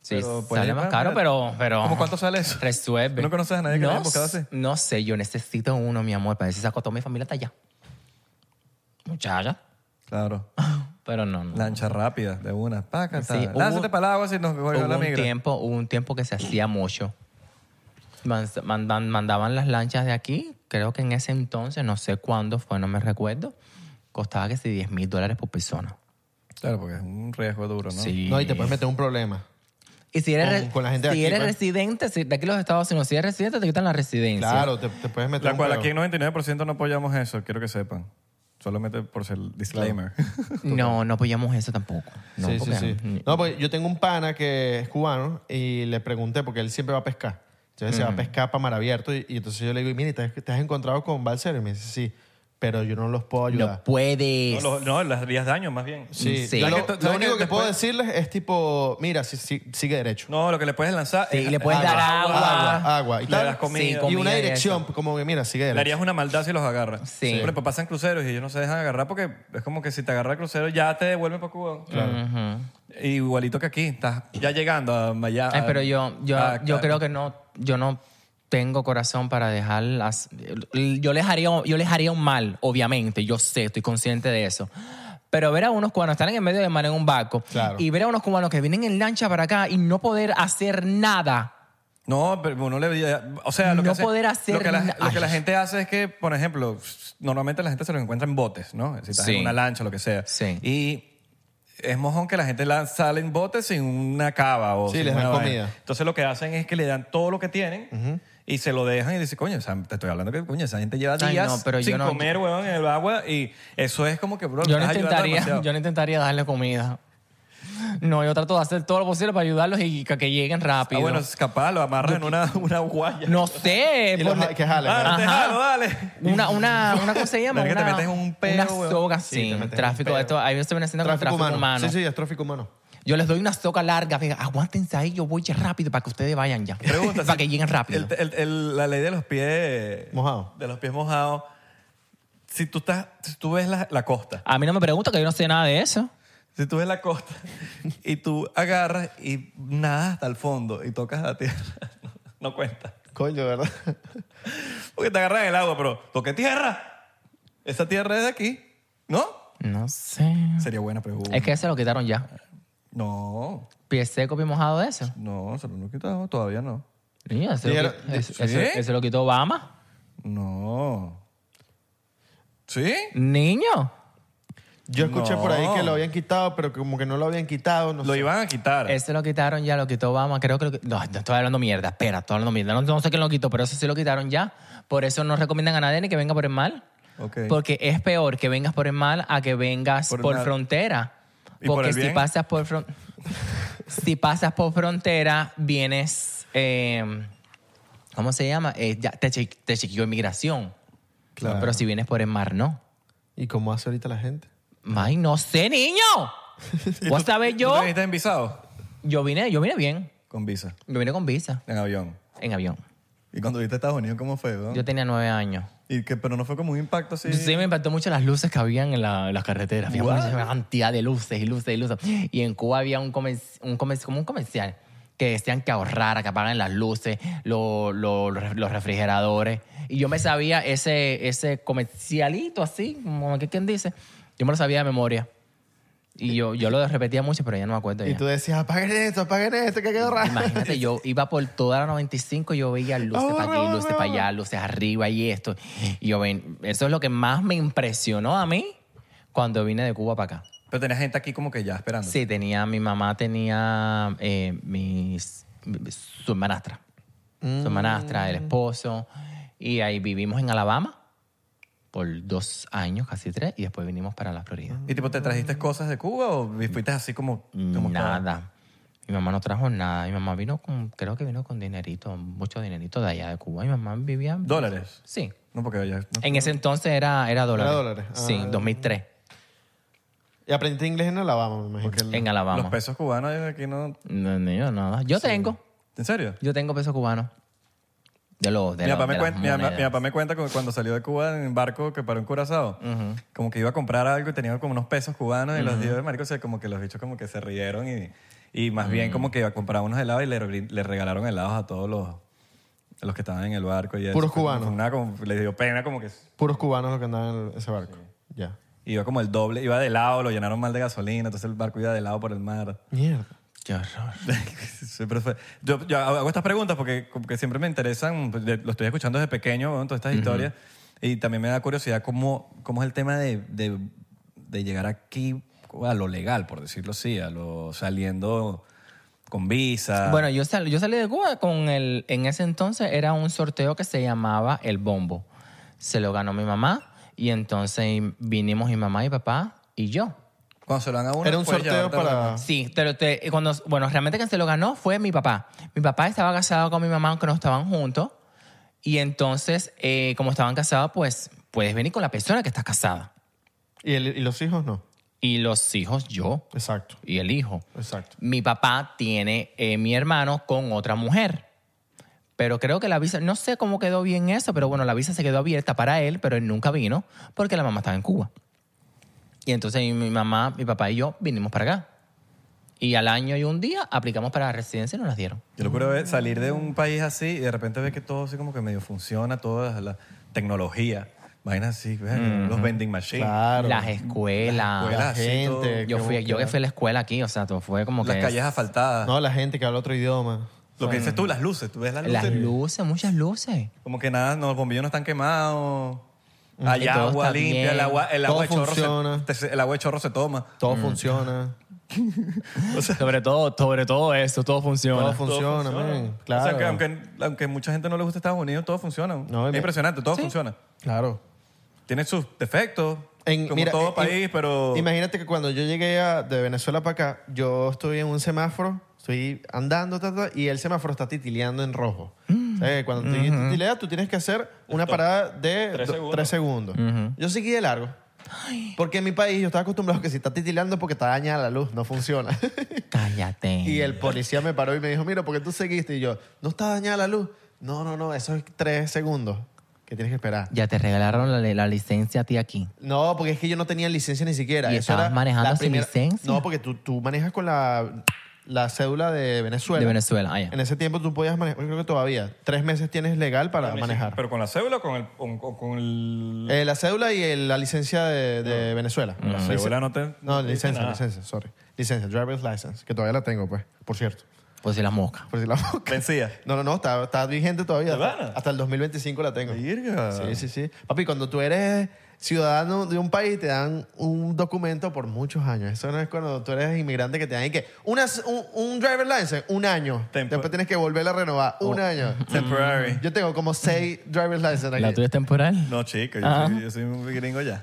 Speaker 3: Sí,
Speaker 1: Pero, pues,
Speaker 3: sale
Speaker 1: ya,
Speaker 3: más caro,
Speaker 1: mira,
Speaker 3: pero, pero...
Speaker 1: ¿cómo cuánto sale eso?
Speaker 3: Resuelve.
Speaker 1: ¿Tú no conoces a nadie que
Speaker 3: no,
Speaker 1: le haya buscado así?
Speaker 3: No sé, yo necesito uno, mi amor, para ver si saco a toda mi familia hasta allá. Muchacha. [laughs]
Speaker 1: Claro.
Speaker 3: Pero no, no.
Speaker 1: Lancha rápida, de una. Paca,
Speaker 3: Sí, hubo-
Speaker 1: Lánzate para el agua si nos
Speaker 3: hubo
Speaker 1: cogió la
Speaker 3: un
Speaker 1: migra.
Speaker 3: tiempo, hubo un tiempo que se hacía mucho. Man- mandan- mandaban las lanchas de aquí, creo que en ese entonces, no sé cuándo fue, no me recuerdo, costaba que si 10 mil dólares por persona.
Speaker 1: Claro, porque es un riesgo duro, ¿no?
Speaker 3: Sí.
Speaker 2: [laughs] No, y te puedes meter un problema.
Speaker 3: Y si eres,
Speaker 2: con-
Speaker 3: re-
Speaker 2: con la gente de
Speaker 3: si
Speaker 2: aquí,
Speaker 3: eres
Speaker 2: pues.
Speaker 3: residente, si- de aquí los Estados Unidos, si eres residente, te quitan la residencia.
Speaker 2: Claro, te, te puedes meter
Speaker 1: La
Speaker 2: un
Speaker 1: cual
Speaker 2: peo.
Speaker 1: aquí en 99% no apoyamos eso, quiero que sepan. Solamente por ser disclaimer.
Speaker 3: No, no apoyamos eso tampoco. No,
Speaker 2: sí, sí,
Speaker 3: porque-
Speaker 2: sí.
Speaker 3: ni-
Speaker 2: No, porque yo tengo un pana que es cubano y le pregunté, porque él siempre va a pescar. Entonces se va a pescar para mar abierto y, y entonces yo le digo, mira, ¿te, te has encontrado con balseros? Y me dice, sí, pero yo no los puedo ayudar.
Speaker 3: No puedes.
Speaker 1: [laughs] No, lo- no, las harías daño más bien.
Speaker 2: Sí,
Speaker 3: Sí.
Speaker 2: yo
Speaker 3: ¿Sabes
Speaker 2: lo,
Speaker 1: que t-
Speaker 2: lo
Speaker 1: sabes que
Speaker 2: único que, puedo
Speaker 1: después-
Speaker 2: decirles es tipo, mira, si, si- sigue derecho.
Speaker 1: No, lo que le puedes lanzar
Speaker 3: Sí,
Speaker 1: es-
Speaker 3: le puedes
Speaker 1: es
Speaker 3: dar agua. Ah,
Speaker 2: agua, agua y
Speaker 1: Le
Speaker 2: tal.
Speaker 1: das comida.
Speaker 3: Sí,
Speaker 2: y
Speaker 3: comida
Speaker 2: una
Speaker 3: y
Speaker 2: dirección, como que mira, sigue
Speaker 1: Le
Speaker 2: derecho.
Speaker 1: harías una maldad si los agarras.
Speaker 3: Sí.
Speaker 1: Por ejemplo, pasan cruceros y ellos no se dejan agarrar porque es como que si te agarra el crucero ya te devuelven para Cuba. Igualito que aquí, estás ya llegando a Miami.
Speaker 3: Ay, Eh, pero yo, yo,
Speaker 1: Ah,
Speaker 3: yo
Speaker 1: claro.
Speaker 3: creo que no, yo no tengo corazón para dejar las- Yo les haría, yo les haría un mal, obviamente. Yo sé, estoy consciente de eso. Pero ver a unos cubanos estar en el medio del mar en un barco
Speaker 2: Claro.
Speaker 3: y ver a unos cubanos que vienen en lancha para acá y no poder hacer nada.
Speaker 1: No, pero uno le... O sea, lo que
Speaker 3: No
Speaker 1: hace-
Speaker 3: poder hacer
Speaker 1: Lo que, la,
Speaker 3: na-
Speaker 1: lo que la
Speaker 3: Ay.
Speaker 1: gente hace es que, por ejemplo, normalmente la gente se los encuentra en botes, ¿no? Si estás
Speaker 3: Sí.
Speaker 1: en una lancha o lo que sea.
Speaker 3: Sí.
Speaker 1: Y es mojón que la gente la- sale en botes sin una cava o
Speaker 2: Sí,
Speaker 1: sin
Speaker 2: les dan
Speaker 1: una vaina.
Speaker 2: comida.
Speaker 1: Entonces lo que hacen es que le dan todo lo que tienen y se lo dejan y dicen, coño, esa- te estoy hablando que, coño, esa gente lleva días
Speaker 3: Ay, no, pero yo
Speaker 1: sin
Speaker 3: no-
Speaker 1: comer, huevón, en el agua y eso es como que, bro,
Speaker 3: Yo no
Speaker 1: estás ayudando
Speaker 3: intentaría,
Speaker 1: demasiado.
Speaker 3: yo no intentaría darle comida. No, yo trato de hacer todo lo posible para ayudarlos y que, que lleguen rápido.
Speaker 1: Ah, bueno, es capaz, lo amarras en una, una guaya.
Speaker 3: no sé.
Speaker 2: Y los
Speaker 3: ponle-
Speaker 2: ja- que jalen.
Speaker 1: Ah,
Speaker 2: ¿verdad?
Speaker 1: te
Speaker 3: Ajá.
Speaker 1: jalo, dale.
Speaker 3: Una, una, una cosa se llama.
Speaker 1: Verga, te
Speaker 3: una,
Speaker 1: metes en un peo,
Speaker 3: una
Speaker 1: weón.
Speaker 3: soga,
Speaker 2: Sí, te
Speaker 3: sí.
Speaker 2: metes en un
Speaker 3: tráfico,
Speaker 2: peo.
Speaker 3: esto, ahí se viene haciendo con
Speaker 2: Tráfico
Speaker 3: tráfico humano.
Speaker 2: humano. Sí, sí, es tráfico humano.
Speaker 3: Yo les doy una soga larga. fija, Aguántense ahí, yo voy ya rápido para que ustedes vayan ya. [laughs]
Speaker 1: Pregunta,
Speaker 3: para
Speaker 1: si-
Speaker 3: que lleguen rápido.
Speaker 1: el- el- el- la ley de los pies...
Speaker 2: Mojado.
Speaker 1: De los pies mojados. Si tú, estás, si tú ves la, la costa,
Speaker 3: A mí no me pregunta que yo no sé nada de eso.
Speaker 1: si tú ves
Speaker 3: [laughs]
Speaker 1: la costa y tú agarras y nadas hasta el fondo y tocas la tierra, [laughs] no, no cuenta.
Speaker 2: Coño, ¿verdad?
Speaker 1: Porque te agarras en el agua, pero toqué tierra. Esa tierra es de aquí, ¿no?
Speaker 3: No sé.
Speaker 1: Sería buena pregunta.
Speaker 3: Es que ese lo quitaron ya.
Speaker 1: No,
Speaker 3: Pie seco, pie mojado de eso.
Speaker 1: no, se lo hemos quitado, todavía no.
Speaker 3: Niño, ese, lo,
Speaker 2: Dijeron-
Speaker 3: qui- ese-
Speaker 1: ¿Sí?
Speaker 3: ese- ese lo quitó Obama.
Speaker 1: No. ¿Sí?
Speaker 3: Niño.
Speaker 2: Yo escuché por ahí
Speaker 1: No.
Speaker 2: que lo habían quitado, pero como que no lo habían quitado. No
Speaker 1: Lo
Speaker 2: sé.
Speaker 1: iban a quitar.
Speaker 3: Ese lo quitaron ya, lo quitó Obama. Creo que lo qui- No, no, estoy hablando mierda. Espera, estoy hablando mierda. No, no sé quién lo quitó, pero eso sí lo quitaron ya. Por eso no recomiendan a nadie ni que venga por el mal.
Speaker 1: Ok.
Speaker 3: Porque es peor que vengas por el mal a que vengas
Speaker 1: Por
Speaker 3: por,
Speaker 1: el mal.
Speaker 3: frontera. Porque
Speaker 1: ¿Y por el
Speaker 3: si
Speaker 1: bien?
Speaker 3: pasas por
Speaker 1: [laughs]
Speaker 3: fron- si pasas por frontera, vienes. eh, ¿Cómo se llama? Eh, ya te, che- te chequeó inmigración.
Speaker 2: Claro.
Speaker 3: Pero si vienes por el mar, no.
Speaker 2: ¿Y cómo hace ahorita la gente?
Speaker 3: Ay, no sé, niño.
Speaker 1: [laughs] ¿Y
Speaker 3: ¿Vos
Speaker 1: tú-
Speaker 3: sabés
Speaker 1: tú
Speaker 3: yo?
Speaker 1: te viniste en visado?
Speaker 3: Yo vine, yo vine bien.
Speaker 1: Con visa,
Speaker 3: Yo vine con visa,
Speaker 1: en avión.
Speaker 3: en avión.
Speaker 1: ¿Y cuando viste a Estados Unidos, cómo fue? no?
Speaker 3: Yo tenía nueve años.
Speaker 1: ¿Y que, pero no fue como un impacto así.
Speaker 3: Sí. me impactó mucho las luces que habían en, la- en las carreteras. Había
Speaker 1: What?
Speaker 3: una cantidad de luces y luces y luces. Y en Cuba había un, comer- un, comer- como un comercial que decían que ahorrara, que apagaran las luces, lo- lo- los ref- los refrigeradores. Y yo me sabía ese, ese comercialito así, como que quien dice. Yo me lo sabía de memoria. Y yo, yo lo repetía mucho, pero ya no me acuerdo.
Speaker 2: Y
Speaker 3: ya.
Speaker 2: tú decías, apaguen esto, apaguen esto, que quedó raro.
Speaker 3: Imagínate, yo iba por toda la 95, yo veía luces para aquí, luces para allá, luces arriba y esto. Y yo ven, eso es lo que más me impresionó a mí cuando vine de Cuba para acá.
Speaker 1: Pero tenía gente aquí como que ya esperando.
Speaker 3: Sí, tenía, mi mamá tenía eh, mis, mis- su hermanastra. Su hermanastra, el esposo. Y ahí vivimos en Alabama por dos años, casi tres, y después vinimos para la Florida.
Speaker 1: ¿Y tipo, te trajiste cosas de Cuba o fuiste así como... como estaba?
Speaker 3: Nada. Mi mamá no trajo nada. Mi mamá vino con, creo que vino con dinerito, mucho dinerito de allá de Cuba. Mi mamá vivía.
Speaker 1: ¿Dólares?
Speaker 3: Sí.
Speaker 1: No, porque ya... no.
Speaker 3: En ese entonces era, era dólares.
Speaker 2: dólares. Ah.
Speaker 3: Sí, 2003,
Speaker 2: Y aprendiste inglés en Alabama, me imagino.
Speaker 3: en Alabama.
Speaker 1: Los pesos cubanos aquí no...
Speaker 3: No, no, yo nada. Yo tengo,
Speaker 1: ¿En serio?
Speaker 3: yo tengo pesos cubanos. De los. De
Speaker 1: Mi
Speaker 3: los-
Speaker 1: papá, me
Speaker 3: de las
Speaker 1: cuenta, mi, mamá-
Speaker 3: monedas.
Speaker 1: mi papá me cuenta que cuando salió de Cuba en barco que paró en Curazao, como que iba a comprar algo y tenía como unos pesos cubanos y los dio de marico, o sea, como que los bichos como que se rieron y, y más bien como que iba a comprar unos helados y le, brin- le regalaron helados a todos los, a los que estaban en el barco. Y eso.
Speaker 2: Puros
Speaker 1: Fue como-
Speaker 2: cubanos.
Speaker 1: fue una como- les dio pena como que
Speaker 2: Puros cubanos los que andaban en ese barco. Ya.
Speaker 1: iba como el doble, iba de lado, lo llenaron mal de gasolina, entonces el barco iba de lado por el mar.
Speaker 2: Mierda.
Speaker 3: Qué horror.
Speaker 1: Siempre fue- Yo, yo hago estas preguntas porque como que siempre me interesan, pues, de- lo estoy escuchando desde pequeño, weón, todas estas historias, y también me da curiosidad cómo, cómo es el tema de, de- de llegar aquí a lo legal, por decirlo así, a lo saliendo con visa.
Speaker 3: Bueno, yo, sal- yo salí de Cuba con el. En ese entonces era un sorteo que se llamaba El Bombo. Se lo ganó mi mamá y entonces vinimos mi mamá y papá y yo.
Speaker 1: cuando se lo dan a uno, pues,
Speaker 2: Era un
Speaker 1: puedes
Speaker 2: sorteo
Speaker 1: llevarte a la-
Speaker 2: para...
Speaker 3: Sí, pero te- eh, cuando, bueno, realmente quien se lo ganó fue mi papá. Mi papá estaba casado con mi mamá, aunque no estaban juntos. Y entonces, eh, como estaban casados, pues puedes venir con la persona que está casada.
Speaker 2: ¿Y, el- y los hijos no.
Speaker 3: Y los hijos, yo
Speaker 2: Exacto,
Speaker 3: y el hijo.
Speaker 2: exacto.
Speaker 3: Mi papá tiene eh, mi hermano con otra mujer. Pero creo que la visa, no sé cómo quedó bien eso, pero bueno, la visa se quedó abierta para él, pero él nunca vino porque la mamá estaba en Cuba. Y entonces mi- mi mamá, mi papá y yo vinimos para acá. Y al año y un día aplicamos para la residencia y nos las dieron.
Speaker 1: Yo lo quiero es salir de un país así y de repente ves que todo así como que medio funciona, toda la tecnología, vainas así, ¿ves? los vending machines.
Speaker 2: Claro.
Speaker 3: Las escuelas.
Speaker 1: escuelas.
Speaker 2: La
Speaker 1: así, todo.
Speaker 2: gente.
Speaker 3: Yo,
Speaker 2: que
Speaker 3: fui, yo que
Speaker 2: busca-
Speaker 3: fui a la escuela aquí, o sea, todo fue como
Speaker 1: Las
Speaker 3: que...
Speaker 1: calles asfaltadas.
Speaker 2: No, mm. la gente que habla otro idioma.
Speaker 1: Lo que dices tú, las luces. Tú ves las luces.
Speaker 3: Las luces, muchas luces.
Speaker 1: Como que nada, no, los bombillos no están quemados.
Speaker 3: Y
Speaker 1: Hay
Speaker 3: todo
Speaker 1: agua
Speaker 3: está
Speaker 1: limpia,
Speaker 3: bien.
Speaker 1: el agua, el
Speaker 2: Todo
Speaker 1: agua de chorro
Speaker 2: funciona.
Speaker 1: se, te- el agua de chorro se toma.
Speaker 3: Mm.
Speaker 2: Todo funciona.
Speaker 3: Sobre todo, sobre todo eso, todo funciona.
Speaker 2: Todo funciona, man. Claro.
Speaker 1: O sea, que aunque, aunque mucha gente no le gusta Estados Unidos, todo funciona.
Speaker 2: No, y
Speaker 1: es
Speaker 2: me-
Speaker 1: impresionante, todo funciona.
Speaker 2: Claro.
Speaker 1: Tiene sus defectos,
Speaker 2: En,
Speaker 1: Como
Speaker 2: mira,
Speaker 1: todo
Speaker 2: eh,
Speaker 1: país,
Speaker 2: im-
Speaker 1: pero-
Speaker 2: Imagínate que cuando yo llegué a- de Venezuela para acá, yo estoy en un semáforo, estoy andando, ta, ta, y el semáforo está titileando en rojo. O sea, que cuando te titileas, tú tienes que hacer una parada de do-
Speaker 1: Tres
Speaker 2: tres
Speaker 1: segundos.
Speaker 2: segundos. Yo seguí de largo. Porque en mi país yo estaba acostumbrado que si está titileando porque está dañada la luz, no funciona. [laughs]
Speaker 3: Cállate.
Speaker 2: Y el policía me paró y me dijo, mira, ¿por qué tú seguiste? Y yo, ¿no está dañada la luz? No, no, no, eso es tres segundos que tienes que esperar.
Speaker 3: Ya te regalaron la, la licencia a ti aquí.
Speaker 2: No, porque es que yo no tenía licencia ni siquiera.
Speaker 3: ¿Y
Speaker 2: Eso
Speaker 3: estabas
Speaker 2: era
Speaker 3: manejando
Speaker 2: la
Speaker 3: sin licencia?
Speaker 2: No, porque tú, tú manejas con la, la cédula de Venezuela.
Speaker 3: De Venezuela, ah, ya.
Speaker 2: En ese tiempo tú podías manejar, yo creo que todavía, tres meses tienes legal para
Speaker 1: Ni si-
Speaker 2: manejar.
Speaker 1: Pero con la cédula o con el. Con, con- con el-
Speaker 2: Eh, la cédula y el- la licencia de, de Venezuela.
Speaker 1: La
Speaker 2: Lic-
Speaker 1: cédula no te- no
Speaker 2: No,
Speaker 1: te dice
Speaker 2: licencia,
Speaker 1: nada.
Speaker 2: licencia, sorry. Licencia, driver's license, que todavía la tengo, pues, por cierto.
Speaker 3: Pues si las moscas.
Speaker 2: Por si la boca.
Speaker 1: Vencida.
Speaker 2: No, no, no, está, está vigente todavía.
Speaker 1: ¿De
Speaker 2: Hasta,
Speaker 1: verdad?
Speaker 2: hasta el 2025 la tengo.
Speaker 1: Virga.
Speaker 2: Sí, sí, sí. Papi, cuando tú eres ciudadano de un país, te dan un documento por muchos años. Eso no es cuando tú eres inmigrante que te dan y que unas- un, un driver license, un año.
Speaker 1: Tempo- Oh.
Speaker 2: Después tienes que volverla a renovar, un año.
Speaker 1: [laughs] Temporary.
Speaker 2: Yo tengo como seis driver license
Speaker 3: ¿La
Speaker 2: aquí.
Speaker 3: tuya es temporal?
Speaker 1: No, chico, yo,
Speaker 3: Ah.
Speaker 1: soy, yo soy un gringo ya.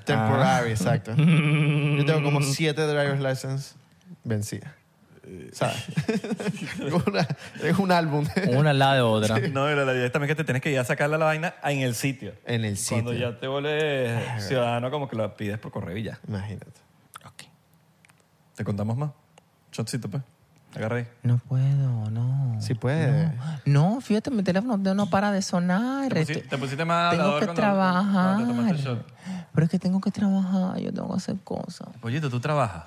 Speaker 3: [laughs]
Speaker 2: Temporary, exacto. Yo tengo como siete driver's license vencidas.
Speaker 1: [laughs]
Speaker 2: ¿Sabes? [laughs] Tengo una- tengo un álbum.
Speaker 3: [laughs] Una al lado de otra.
Speaker 1: [laughs] No, y la la idea es también que te tienes que ir a sacar la vaina en el sitio.
Speaker 2: En el
Speaker 1: Cuando
Speaker 2: sitio.
Speaker 1: ya te vuelves ciudadano, como que la pides por correo y ya.
Speaker 2: Imagínate.
Speaker 3: Ok.
Speaker 1: Te contamos más. Chotcito, pues. Agarra ahí.
Speaker 3: No puedo, no.
Speaker 2: Sí puede.
Speaker 3: No, fíjate, mi teléfono no para de sonar.
Speaker 1: Te pusiste,
Speaker 3: Estoy-
Speaker 1: te pusiste más
Speaker 3: tengo
Speaker 1: hablador
Speaker 3: que
Speaker 1: cuando-
Speaker 3: trabajar.
Speaker 1: cuando te tomaste el shot.
Speaker 3: Pero es que tengo que trabajar, yo tengo que hacer cosas.
Speaker 1: Pollito, tú trabajas.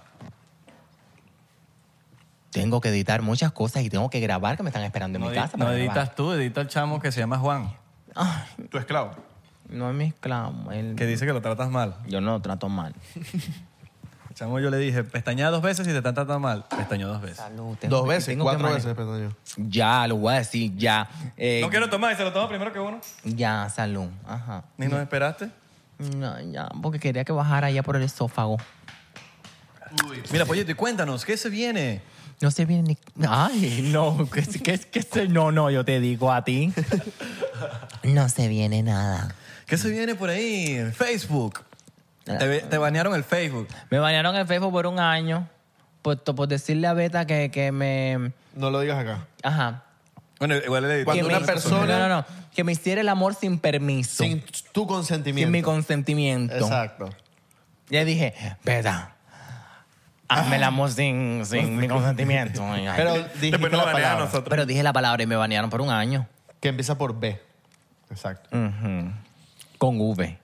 Speaker 3: Tengo que editar muchas cosas y tengo que grabar que me están esperando en
Speaker 1: No,
Speaker 3: mi
Speaker 1: edi-
Speaker 3: casa.
Speaker 1: no
Speaker 3: para grabar.
Speaker 1: editas tú, edita el chamo que se llama Juan,
Speaker 3: Ay,
Speaker 2: Tu esclavo.
Speaker 3: no es mi esclavo. él-
Speaker 1: que dice que lo tratas mal.
Speaker 3: Yo no lo trato mal.
Speaker 1: El chamo yo le dije, pestañea dos veces y te están tratando mal. Pestañó dos veces.
Speaker 3: Salud, tengo
Speaker 2: Dos
Speaker 3: que-
Speaker 2: veces,
Speaker 3: tengo que
Speaker 2: cuatro
Speaker 3: mane-
Speaker 2: veces, perdón yo.
Speaker 3: Ya, lo voy a decir, ya. Eh,
Speaker 1: No quiero tomar y se lo tomo primero que uno.
Speaker 3: Ya, salud. Ajá.
Speaker 1: Ni nos esperaste.
Speaker 3: No, ya, porque quería que bajara ya por el esófago.
Speaker 1: Mira, Pollito, y cuéntanos, ¿qué se viene?
Speaker 3: No se viene ni... Ay, no, que, que, que se- no, no, yo te digo a ti. No se viene nada.
Speaker 1: ¿Qué se viene por ahí? en Facebook.
Speaker 3: Ah.
Speaker 1: Te, te banearon el Facebook.
Speaker 3: Me bañaron el Facebook por un año por, por decirle a Beta que, que me...
Speaker 2: No lo digas acá.
Speaker 3: Ajá.
Speaker 1: Bueno, igual le
Speaker 2: Cuando
Speaker 3: que
Speaker 2: una
Speaker 3: me-
Speaker 2: persona-
Speaker 3: No, no, no. Que me hiciera el amor sin permiso.
Speaker 2: Sin
Speaker 3: Sin,
Speaker 2: tu consentimiento.
Speaker 3: mi consentimiento.
Speaker 2: Exacto.
Speaker 3: Le dije, Beta, hazme el amor sin, sin mi
Speaker 2: [laughs]
Speaker 3: consentimiento. Ay, ay.
Speaker 2: Pues, Pero dijiste
Speaker 1: Después
Speaker 2: la
Speaker 1: nos banean a
Speaker 2: palabra
Speaker 1: nosotros.
Speaker 3: Pero dije la palabra y me banearon por un año.
Speaker 2: que empieza por B. Exacto.
Speaker 3: Ujú. Con V.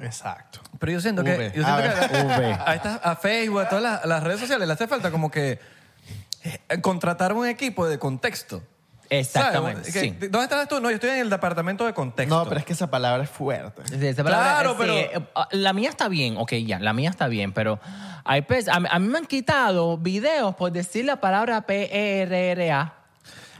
Speaker 2: Exacto.
Speaker 1: Pero yo siento que,
Speaker 2: V.
Speaker 1: yo siento
Speaker 2: A
Speaker 1: que
Speaker 2: ver,
Speaker 1: a,
Speaker 2: V.
Speaker 1: [laughs] a estas- a Facebook, a todas las, las redes sociales, le hace falta como que eh, contratar un equipo de contexto.
Speaker 3: Exactamente.
Speaker 1: ¿Sabes? Que-
Speaker 3: sí.
Speaker 1: ¿Dónde estás tú? No, yo estoy en el departamento de contexto.
Speaker 2: No, pero es que esa palabra es fuerte.
Speaker 3: Sí, esa
Speaker 1: Claro,
Speaker 3: palabra, sí,
Speaker 1: pero-
Speaker 3: eh, ah, La mía está bien, ok, ya, la mía está bien, pero hay pers- a, mí- a mí me han quitado videos por decir la palabra E PRRA.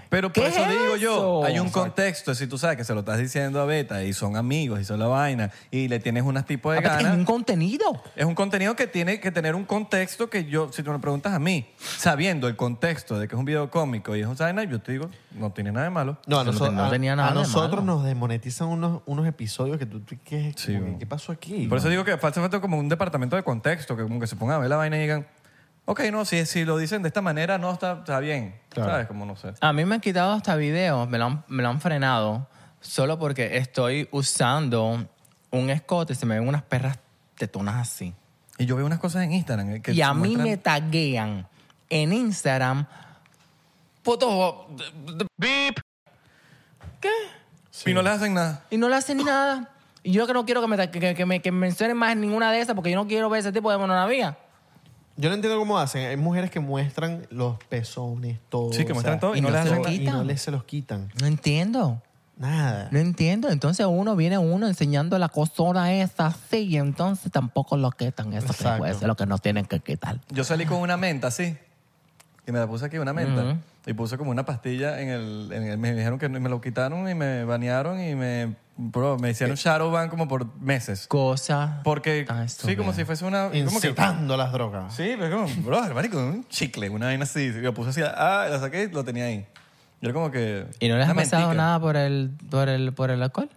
Speaker 1: Pero por
Speaker 3: ¿Qué
Speaker 1: eso
Speaker 3: es
Speaker 1: digo yo,
Speaker 3: eso?
Speaker 1: hay un contexto. Si tú sabes que se lo estás diciendo a Beta y son amigos y son la vaina y le tienes unas tipos de
Speaker 3: Aparte que Es
Speaker 1: ganas.
Speaker 3: un contenido.
Speaker 1: Es un contenido que tiene que tener un contexto que yo, si tú me preguntas a mí, sabiendo el contexto de que es un video cómico y es un vaina, yo te digo, no tiene nada de malo.
Speaker 2: No, a,
Speaker 3: Eso no
Speaker 2: nosotros-
Speaker 3: tenía- no
Speaker 2: a-
Speaker 3: tenía nada
Speaker 2: a
Speaker 3: de
Speaker 2: nosotros
Speaker 3: malo.
Speaker 2: nos desmonetizan unos, unos episodios que tú, tú- ¿qué,
Speaker 1: Sí,
Speaker 2: como que,
Speaker 1: bueno.
Speaker 2: ¿qué pasó aquí?
Speaker 1: Por eso digo que falta falta como un departamento de contexto, que como que se pongan a ver la vaina y digan, ok, no, si, si lo dicen de esta manera, no, está, está bien.
Speaker 2: Claro.
Speaker 1: ¿Sabes? Como no sé.
Speaker 3: A mí me han quitado hasta videos, me lo han, me lo han frenado solo porque estoy usando un escote y se me ven unas perras tetonas así.
Speaker 1: Y yo veo unas cosas en Instagram eh, que
Speaker 3: y a
Speaker 1: se
Speaker 3: mí
Speaker 1: muestran-
Speaker 3: me taguean en Instagram fotos beep
Speaker 1: Y no les hacen nada.
Speaker 3: y no le hacen nada. Y yo que no quiero que me, ta- que, que me, que me mencionen más ninguna de esas porque yo no quiero ver ese tipo de monogamia.
Speaker 2: Yo no entiendo cómo hacen. Hay mujeres que muestran los pezones, todo.
Speaker 1: Sí, que
Speaker 2: o
Speaker 1: muestran
Speaker 2: sea,
Speaker 1: todo y,
Speaker 3: y
Speaker 1: no,
Speaker 3: no se
Speaker 1: les hacen
Speaker 3: lo
Speaker 1: nada.
Speaker 3: quitan.
Speaker 2: Y no les se los quitan.
Speaker 3: No entiendo.
Speaker 2: Nada.
Speaker 3: No entiendo. Entonces uno viene uno enseñando la cosora esa así y entonces tampoco lo quitan. Eso que
Speaker 2: Exacto.
Speaker 3: puede ser lo que nos tienen que quitar.
Speaker 1: Yo salí con una menta, sí. Y me la puse aquí, una menta. Y puse como una pastilla en el, en el- Me dijeron que me lo quitaron y me banearon y me. Bro, me
Speaker 3: Eh.
Speaker 1: hicieron shadow ban como por meses.
Speaker 3: Cosa.
Speaker 1: Porque.
Speaker 3: tan
Speaker 1: Sí, como
Speaker 3: estúpida.
Speaker 1: si fuese una. Como que,
Speaker 2: Incitando las drogas.
Speaker 1: sí, pero como. Bro, marico, un chicle, una vaina así. Y Lo puse así, ah, la saqué y lo tenía ahí. Yo era como que.
Speaker 3: ¿Y no les ha
Speaker 1: una
Speaker 3: pasado
Speaker 1: mentica.
Speaker 3: nada por el, por el, por el alcohol?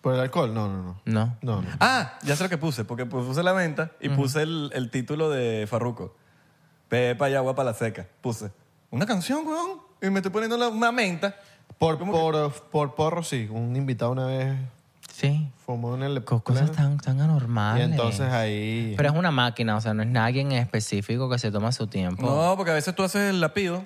Speaker 2: ¿Por el alcohol? No, no, no.
Speaker 3: No.
Speaker 2: No, no.
Speaker 1: Ah, ya sé lo que puse, porque puse la venta y puse el, el título de Farruco. Pepa y agua para la seca. Puse una canción, weón. Y me estoy poniendo la- una menta.
Speaker 2: Por, por, por porro, sí. Un invitado una vez
Speaker 3: Sí.
Speaker 2: fumó en el...
Speaker 3: Co- Cosas tan, tan
Speaker 2: Y
Speaker 3: anormales.
Speaker 2: entonces ahí...
Speaker 3: Pero es una máquina, o sea, no es nadie en específico que se toma su tiempo.
Speaker 1: No, porque a veces tú haces el lapido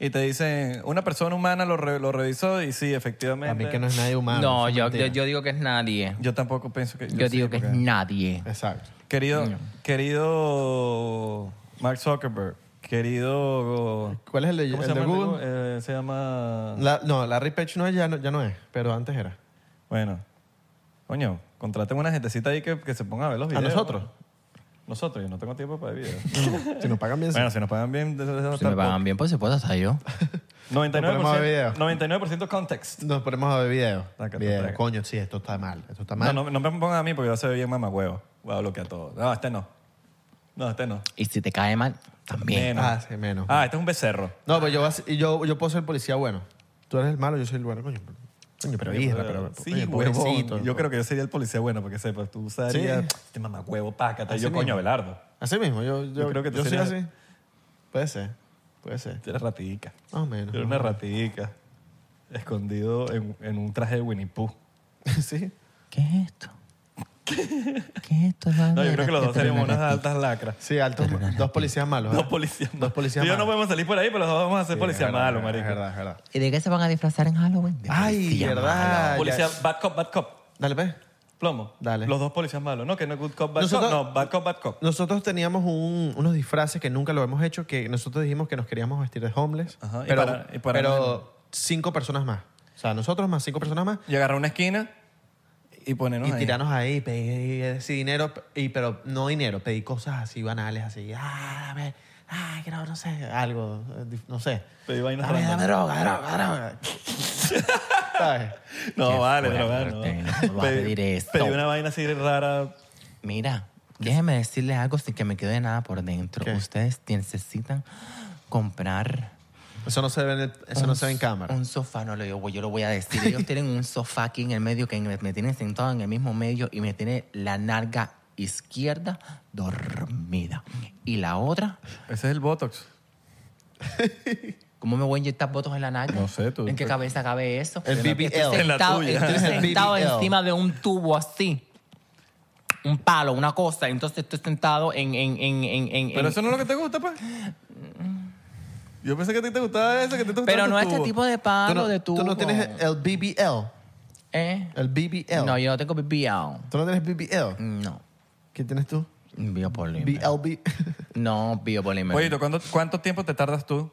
Speaker 1: y te dicen, una persona humana lo, re- lo revisó y sí, efectivamente.
Speaker 2: a mí que no es nadie humano.
Speaker 3: No,
Speaker 2: eso es
Speaker 3: yo, yo,
Speaker 2: mentira.
Speaker 3: yo digo que es nadie.
Speaker 1: Yo tampoco pienso que.
Speaker 3: Yo,
Speaker 1: sí,
Speaker 3: digo que es
Speaker 1: porque-
Speaker 3: nadie.
Speaker 2: Exacto.
Speaker 1: Querido, querido Mark Zuckerberg, querido.
Speaker 2: ¿Cuál es el de,
Speaker 1: ¿Cómo
Speaker 2: el
Speaker 1: se
Speaker 2: de
Speaker 1: llama? el de
Speaker 2: Google?
Speaker 1: Google? Eh, se llama.
Speaker 2: La- no, Larry Page no es, ya, no, ya no es, pero antes era.
Speaker 1: Bueno, coño, contraten una gentecita ahí que, que se ponga a ver los
Speaker 2: ¿A
Speaker 1: videos.
Speaker 2: nosotros?
Speaker 1: Nosotros, yo no tengo tiempo para ver videos.
Speaker 2: [laughs] Si nos pagan bien, sí.
Speaker 1: bueno, si nos pagan bien, de- de- de-
Speaker 3: Si me
Speaker 1: tampoco.
Speaker 3: pagan bien, por supuesto, hasta yo.
Speaker 2: Nos ponemos a ver
Speaker 1: 99%,
Speaker 2: videos.
Speaker 1: 99 context.
Speaker 2: nos ponemos a ver videos.
Speaker 1: Ah, que te
Speaker 2: Videos.
Speaker 1: traiga.
Speaker 2: Coño, sí, esto está mal. Esto está
Speaker 1: No,
Speaker 2: mal.
Speaker 1: no, no me pongan a mí porque yo se ve bien mamagüevo. Voy a bloquear todo. No, este no. No, este no.
Speaker 3: Y si te cae mal, también.
Speaker 1: Menos.
Speaker 2: Ah, sí, menos.
Speaker 1: Ah, este es un becerro.
Speaker 2: No, pero yo, voy a ser- y yo, yo puedo ser policía bueno. Tú eres el malo, yo soy el bueno. Coño, pero- coño, pero hija, pero...
Speaker 1: Sí,
Speaker 2: coño,
Speaker 1: güey, sí.
Speaker 2: pobrecito.
Speaker 1: Yo creo que yo sería el policía bueno, porque sepas, tú usarías este mamagüevo, pácata. Y
Speaker 2: Así
Speaker 1: yo, coño,
Speaker 2: mismo.
Speaker 1: Abelardo.
Speaker 2: Así mismo, yo, yo,
Speaker 1: Yo creo que tú
Speaker 2: yo soy
Speaker 1: serías-
Speaker 2: así. Puede ser, puede ser.
Speaker 1: Tú eres ratica.
Speaker 2: Más o menos.
Speaker 1: Tú eres una ratica. Escondido en, en un traje de Winnie Pooh.
Speaker 2: [laughs] sí.
Speaker 3: ¿Qué es esto? ¿Qué es esto?
Speaker 1: No, yo creo que los dos seríamos unas altas lacras.
Speaker 2: Sí, altos, dos policías malos.
Speaker 1: Dos
Speaker 2: ¿eh?
Speaker 1: policías
Speaker 2: Dos policías
Speaker 1: Tú y yo no
Speaker 2: malos.
Speaker 1: podemos salir por ahí, pero los dos vamos a ser
Speaker 2: Sí,
Speaker 1: policías
Speaker 2: es verdad,
Speaker 1: malos, marico.
Speaker 2: Es verdad, es verdad.
Speaker 3: ¿Y de qué se van a disfrazar en Halloween? De
Speaker 2: Ay,
Speaker 3: policía
Speaker 2: verdad.
Speaker 3: malo.
Speaker 1: Policía,
Speaker 2: Ah, ya.
Speaker 1: bad cop, bad cop.
Speaker 2: Dale, ve.
Speaker 1: Plomo.
Speaker 2: Dale.
Speaker 1: Los dos policías malos. No, que no good cop, bad
Speaker 2: Nosotros-
Speaker 1: cop. No, bad cop, bad cop.
Speaker 2: Nosotros teníamos un- unos disfraces que nunca lo hemos hecho, que nosotros dijimos que nos queríamos vestir de homeless,
Speaker 1: Ajá, y
Speaker 2: pero,
Speaker 1: para- y para
Speaker 2: pero
Speaker 1: menos.
Speaker 2: cinco personas más. O sea, nosotros más cinco personas más
Speaker 1: Y agarrar una esquina y ponernos
Speaker 2: y
Speaker 1: ahí.
Speaker 2: tirarnos ahí, pedir ese dinero, y, pero no dinero, pedí cosas así banales, así, ah, dame, ah, quiero, no sé, algo, eh, dif- no sé.
Speaker 1: Pedí vainas
Speaker 2: dame,
Speaker 1: random.
Speaker 2: dame droga, droga, droga. ¿Sabes?
Speaker 1: No,
Speaker 3: Qué
Speaker 1: vale,
Speaker 3: fuerte,
Speaker 1: no, vale, no.
Speaker 3: no voy a
Speaker 1: Pedí-
Speaker 3: pedir esto.
Speaker 1: Pedí una vaina así rara.
Speaker 3: Mira, déjeme decirles algo sin que me quede nada por dentro.
Speaker 2: ¿Qué?
Speaker 3: Ustedes necesitan comprar
Speaker 2: Eso no se ve en, el- eso no se ve en cámara.
Speaker 3: Un sofá, no lo digo, yo lo voy a decir. Ellos tienen un sofá aquí en el medio que me, me tienen sentado en el mismo medio y me tiene la narga izquierda dormida. Y la otra,
Speaker 1: Ese es el Botox.
Speaker 3: ¿cómo me voy a inyectar botos en la narga?
Speaker 1: No sé, tú-
Speaker 3: ¿En qué cabeza cabe eso?
Speaker 2: El
Speaker 3: Estoy
Speaker 2: BBL.
Speaker 1: En la
Speaker 3: sentado-
Speaker 1: tuya.
Speaker 3: Estoy
Speaker 2: [laughs] El
Speaker 3: sentado
Speaker 2: BBL.
Speaker 3: encima de un tubo así. Un palo, una cosa. Entonces estoy sentado en... en, en, en, en-
Speaker 1: Pero
Speaker 3: en-
Speaker 1: eso no es lo que te gusta, pues. Yo pensé que a ti te gustaba ese, que a ti te gustaba
Speaker 3: Pero
Speaker 1: tu
Speaker 3: no este
Speaker 1: tubo.
Speaker 3: tipo de palo
Speaker 2: Tú no,
Speaker 3: de
Speaker 2: tú
Speaker 3: tubo.
Speaker 2: no tienes el BBL,
Speaker 3: ¿Eh?
Speaker 2: el BBL.
Speaker 3: No, yo Mm. no tengo BBL.
Speaker 2: Tú no tienes BBL.
Speaker 3: No.
Speaker 2: ¿Qué tienes tú?
Speaker 3: Biopolímero.
Speaker 2: BLB.
Speaker 3: [laughs] No, biopolímero.
Speaker 1: Oye, ¿cuánto, ¿cuánto tiempo te tardas tú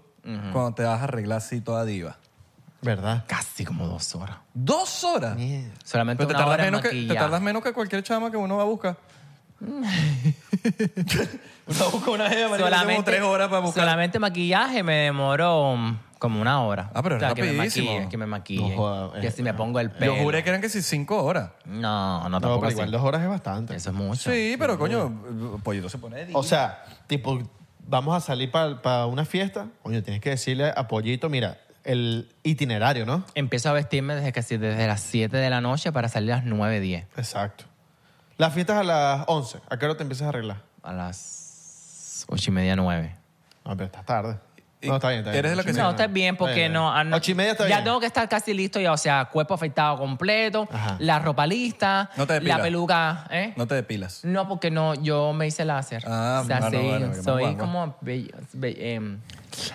Speaker 1: cuando te vas a arreglar así toda diva?
Speaker 2: ¿Verdad?
Speaker 3: Casi como dos horas.
Speaker 1: ¿Dos horas?
Speaker 3: Solamente
Speaker 1: Pero
Speaker 3: una
Speaker 1: te tardas,
Speaker 3: hora en
Speaker 1: menos que, te
Speaker 3: maquillaje.
Speaker 1: tardas menos que cualquier chama que uno va a buscar. uno busca una jeva, marico, hace como tres horas para buscar.
Speaker 3: solamente maquillaje me demoró mm, como una hora.
Speaker 1: Ah, pero es
Speaker 3: que me
Speaker 1: rapidísimo.
Speaker 3: maquillen, que me maquillen.
Speaker 2: No joda,
Speaker 3: que
Speaker 2: eh,
Speaker 3: si me pongo el
Speaker 1: Yo
Speaker 3: pelo.
Speaker 1: juré que eran que si cinco horas.
Speaker 3: No, no,
Speaker 2: No,
Speaker 3: tampoco
Speaker 2: pero
Speaker 3: así.
Speaker 2: igual dos horas es bastante.
Speaker 3: Eso es mucho.
Speaker 1: Sí, pero coño, pollito se pone de
Speaker 2: O sea, tipo, vamos a salir para una fiesta. Coño, tienes que decirle a Pollito, mira, el itinerario, ¿no?
Speaker 3: Empiezo a vestirme desde, que, si- desde las 7 de la noche para salir a las 9, 10.
Speaker 2: Exacto. Las fiestas a las 11. ¿A qué hora te empiezas a arreglar?
Speaker 3: A las 8 y media, 9.
Speaker 2: No, pero estás tarde.
Speaker 1: Y-
Speaker 2: No, está bien, está bien.
Speaker 1: eres de la que
Speaker 2: Ocho y
Speaker 1: se-
Speaker 3: No,
Speaker 2: media.
Speaker 3: está bien, porque
Speaker 2: bien,
Speaker 3: no,
Speaker 2: está
Speaker 3: ah,
Speaker 2: bien.
Speaker 3: no-
Speaker 2: Ocho y media está
Speaker 3: Ya
Speaker 2: bien.
Speaker 3: tengo que estar casi listo ya, o sea, cuerpo afeitado completo,
Speaker 2: Ajá.
Speaker 3: la ropa lista,
Speaker 1: No te depilas.
Speaker 3: la peluca, ¿eh? No.
Speaker 1: No te depilas.
Speaker 3: porque no, yo me hice láser.
Speaker 1: Ah,
Speaker 3: o sea,
Speaker 1: bueno,
Speaker 3: sí,
Speaker 1: bueno, que
Speaker 3: soy
Speaker 1: más guapo.
Speaker 3: como bello- be- em,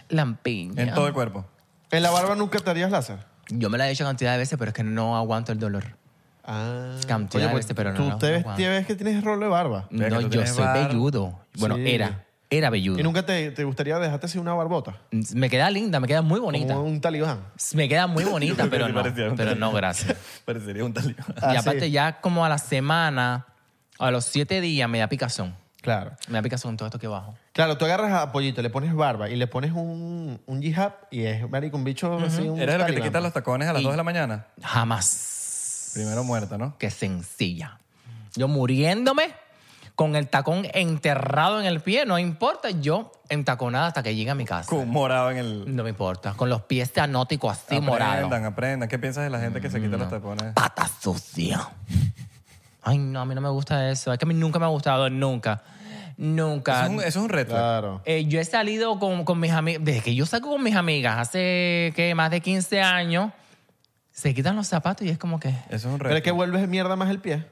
Speaker 3: lampiña.
Speaker 1: En todo el cuerpo.
Speaker 2: ¿En la barba nunca te harías láser?
Speaker 3: Yo me la he hecho cantidad de veces, pero es que no aguanto el dolor.
Speaker 2: Ah.
Speaker 3: Cantidad de
Speaker 2: pues
Speaker 3: veces, este, pero no,
Speaker 2: Tú
Speaker 3: no,
Speaker 2: te
Speaker 3: no
Speaker 2: ves,
Speaker 3: aguanto.
Speaker 2: te ves que tienes rol de barba.
Speaker 1: Mira que
Speaker 3: no,
Speaker 1: tú
Speaker 3: yo
Speaker 1: tienes
Speaker 3: soy
Speaker 1: barba.
Speaker 3: velludo. Bueno,
Speaker 2: Sí.
Speaker 3: era, era velludo. Mm,
Speaker 2: ¿Y nunca te, te gustaría dejarte así una barbota?
Speaker 3: Me queda linda, me queda muy bonita.
Speaker 2: Como un talibán.
Speaker 3: Me queda muy bonita, pero
Speaker 1: Sí,
Speaker 3: no,
Speaker 1: parecía un
Speaker 3: pero no,
Speaker 1: talibán.
Speaker 3: gracias.
Speaker 1: [laughs] Parecería un talibán.
Speaker 2: Ah,
Speaker 3: y aparte
Speaker 2: sí.
Speaker 3: ya como a la semana, a los siete días me da picazón.
Speaker 2: Claro.
Speaker 3: Me da picazón todo esto que bajo.
Speaker 2: Claro, tú agarras a Pollito, le pones barba y le pones un, un jihad y es marico, un bicho así, un
Speaker 1: Eres de la que te
Speaker 2: talibán. pues.
Speaker 1: quitas los tacones a las
Speaker 3: Y-
Speaker 1: 2 de la mañana.
Speaker 3: Jamás.
Speaker 1: Primero muerta, ¿no?
Speaker 3: Qué sencilla. Yo muriéndome, con el tacón enterrado en el pie, no importa, yo entaconada hasta que llegue a mi casa.
Speaker 1: Con morado en el...
Speaker 3: No me importa, con los pies anóticos así morados.
Speaker 1: Aprendan, aprendan. ¿Qué piensas de la gente que se quita los tapones?
Speaker 2: Ah,
Speaker 3: Pata sucia. Ay, no, a mí no me gusta eso. Es que a mí nunca me ha gustado, nunca. Nunca.
Speaker 1: Eso es un, eso es un reto.
Speaker 2: Claro.
Speaker 3: Eh, yo he salido con, con mis amigas, desde que yo salgo con mis amigas hace que más de 15 años, se quitan los zapatos y es como que...
Speaker 1: Eso es un
Speaker 2: Pero
Speaker 1: reto.
Speaker 2: es que vuelves mierda más el pie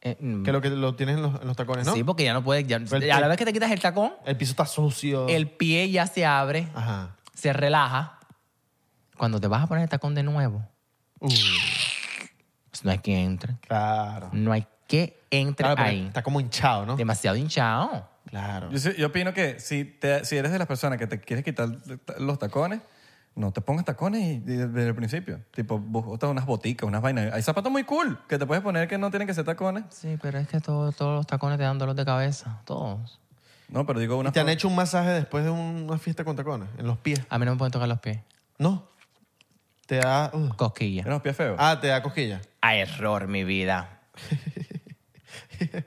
Speaker 3: eh, mm,
Speaker 2: que lo que lo tienes en los, en los tacones, ¿no? Pues
Speaker 3: Sí, porque ya no puedes... ya-
Speaker 2: Pero-
Speaker 3: a la vez que te quitas el tacón,
Speaker 2: El piso está sucio.
Speaker 3: el pie ya se abre,
Speaker 2: Ajá.
Speaker 3: se relaja. Cuando te vas a poner el tacón de nuevo,
Speaker 2: Uh,
Speaker 3: pues no hay que entre.
Speaker 2: claro.
Speaker 3: No hay que entre
Speaker 2: Claro, porque
Speaker 3: ahí.
Speaker 2: Ah, Está como hinchado, ¿no?
Speaker 3: Demasiado hinchado.
Speaker 2: Claro.
Speaker 1: Yo, sí- yo opino que si, te- si eres de las personas que te quieres quitar los tacones, no te pongas tacones y- y desde el principio. Tipo, busca unas boticas, unas vainas. Hay zapatos muy cool que te puedes poner que no tienen que ser tacones.
Speaker 3: Sí, pero es que todo- todos los tacones te dan dolor de cabeza. Todos.
Speaker 1: No, pero digo
Speaker 2: ¿Y
Speaker 1: unas...
Speaker 2: te han
Speaker 1: po-
Speaker 2: hecho un masaje después de una fiesta con tacones? En los pies.
Speaker 3: A mí no me pueden tocar los pies.
Speaker 2: No. Te da. uh.
Speaker 3: Cosquillas.
Speaker 1: ¿Tienes los pies feos?
Speaker 2: Ah, te da cosquilla.
Speaker 3: A error, mi vida.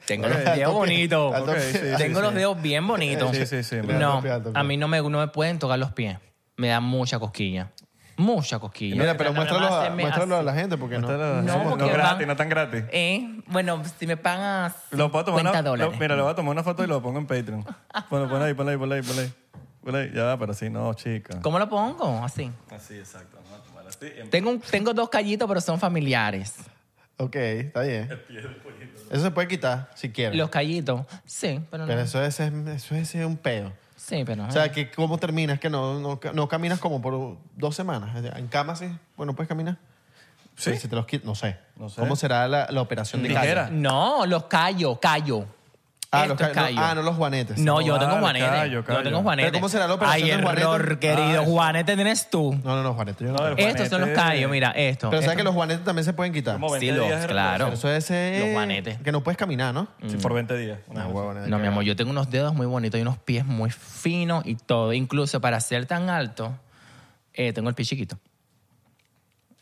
Speaker 3: Tengo
Speaker 1: Ok.
Speaker 3: los dedos bonitos.
Speaker 1: Ok, sí, sí,
Speaker 3: Tengo
Speaker 1: sí.
Speaker 3: los dedos bien bonitos.
Speaker 1: Sí, sí, sí, me
Speaker 2: da
Speaker 3: No,
Speaker 2: tope, da tope.
Speaker 3: a mí no me, no me pueden tocar los pies. Me da mucha cosquilla. Mucha cosquilla.
Speaker 2: Mira, pero
Speaker 3: Nada más
Speaker 2: muéstralo, a,
Speaker 3: se me
Speaker 2: muéstralo a
Speaker 3: hace-
Speaker 2: la gente porque no.
Speaker 1: Está la-
Speaker 3: No,
Speaker 1: somos- no,
Speaker 3: porque
Speaker 1: gratis,
Speaker 3: van-
Speaker 1: no tan gratis.
Speaker 3: ¿Eh? Bueno, si me pagas
Speaker 1: Lo puedo tomar
Speaker 3: 50
Speaker 1: una, lo-
Speaker 3: dólares.
Speaker 1: mira, le voy a tomar una foto y lo pongo en Patreon. Ponlo, ponlo ahí, ponlo ahí, ponlo ahí, ponlo ahí. Ponlo ahí. Ya, pero así no, chica.
Speaker 3: ¿Cómo lo pongo? Así.
Speaker 1: Así, exacto. Vamos a tomar así.
Speaker 3: Tengo, un- tengo dos callitos, pero son familiares.
Speaker 2: Ok, está bien. Eso se puede quitar si quieres.
Speaker 3: Los callitos, sí, pero no. Ah.
Speaker 2: Pero eso es, eso es un peo.
Speaker 3: Sí, pero no.
Speaker 2: O sea, que ¿cómo terminas? Que no, no, no caminas como por dos semanas. O sea, En cama sí. Bueno, puedes caminar.
Speaker 1: Sí.
Speaker 2: Pero Si te los quit- no sé.
Speaker 1: No sé.
Speaker 2: ¿Cómo será la, la operación de
Speaker 1: Tijera.
Speaker 2: callo?
Speaker 3: No, los callo, callo.
Speaker 2: Ah,
Speaker 3: Estos
Speaker 2: los callos.
Speaker 3: callos.
Speaker 2: No, ah, no los juanetes.
Speaker 3: No, yo
Speaker 1: No,
Speaker 3: no tengo
Speaker 1: vale,
Speaker 3: juanetes.
Speaker 1: callo,
Speaker 3: Yo no
Speaker 1: callo.
Speaker 3: tengo juanetes.
Speaker 2: ¿Pero cómo será la operación
Speaker 3: Ay,
Speaker 2: del juanete?
Speaker 3: error, querido.
Speaker 1: Ah, eso.
Speaker 3: juanete tienes tú.
Speaker 2: No, no, no, juanetes. Yo no.
Speaker 1: No, el
Speaker 3: Estos son los
Speaker 1: juanete-
Speaker 3: callos, mira, esto. Eh,
Speaker 2: Pero sabes
Speaker 3: esto.
Speaker 2: que los juanetes también se pueden quitar.
Speaker 1: Como
Speaker 3: Sí,
Speaker 1: 20
Speaker 3: los-
Speaker 1: días de
Speaker 3: claro.
Speaker 2: Pero eso es eh,
Speaker 3: Los Mm. juanetes.
Speaker 2: Que no puedes caminar, ¿no?
Speaker 1: relación. Sí, por 20 días. Una
Speaker 2: Mm. No,
Speaker 1: vez.
Speaker 2: huevo,
Speaker 3: No,
Speaker 2: nada
Speaker 3: eh.
Speaker 2: que
Speaker 3: mi
Speaker 2: ver.
Speaker 3: amor, yo tengo unos dedos muy bonitos y unos pies muy finos y todo. Incluso para ser tan alto, eh, tengo el pie chiquito.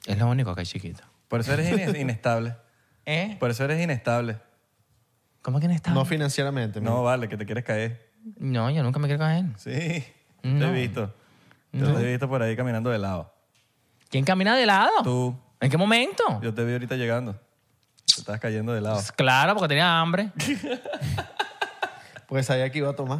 Speaker 3: Es lo único que hay chiquito.
Speaker 1: Por eso eres ines- inestable.
Speaker 3: ¿Eh?
Speaker 1: Por eso eres inestable.
Speaker 3: ¿Cómo que no está?
Speaker 2: No financieramente.
Speaker 1: No, vale, que te quieres caer.
Speaker 3: No, yo nunca me quiero caer.
Speaker 1: Sí. Te
Speaker 3: No.
Speaker 1: he visto. Yo te he visto por ahí caminando de lado.
Speaker 3: ¿Quién camina de lado?
Speaker 1: Tú.
Speaker 3: ¿En qué momento?
Speaker 1: Yo te vi ahorita llegando. Te estabas cayendo de
Speaker 2: [laughs]
Speaker 1: lado.
Speaker 3: Pues claro, porque tenía hambre.
Speaker 2: mira. Porque sabía que iba a tomar.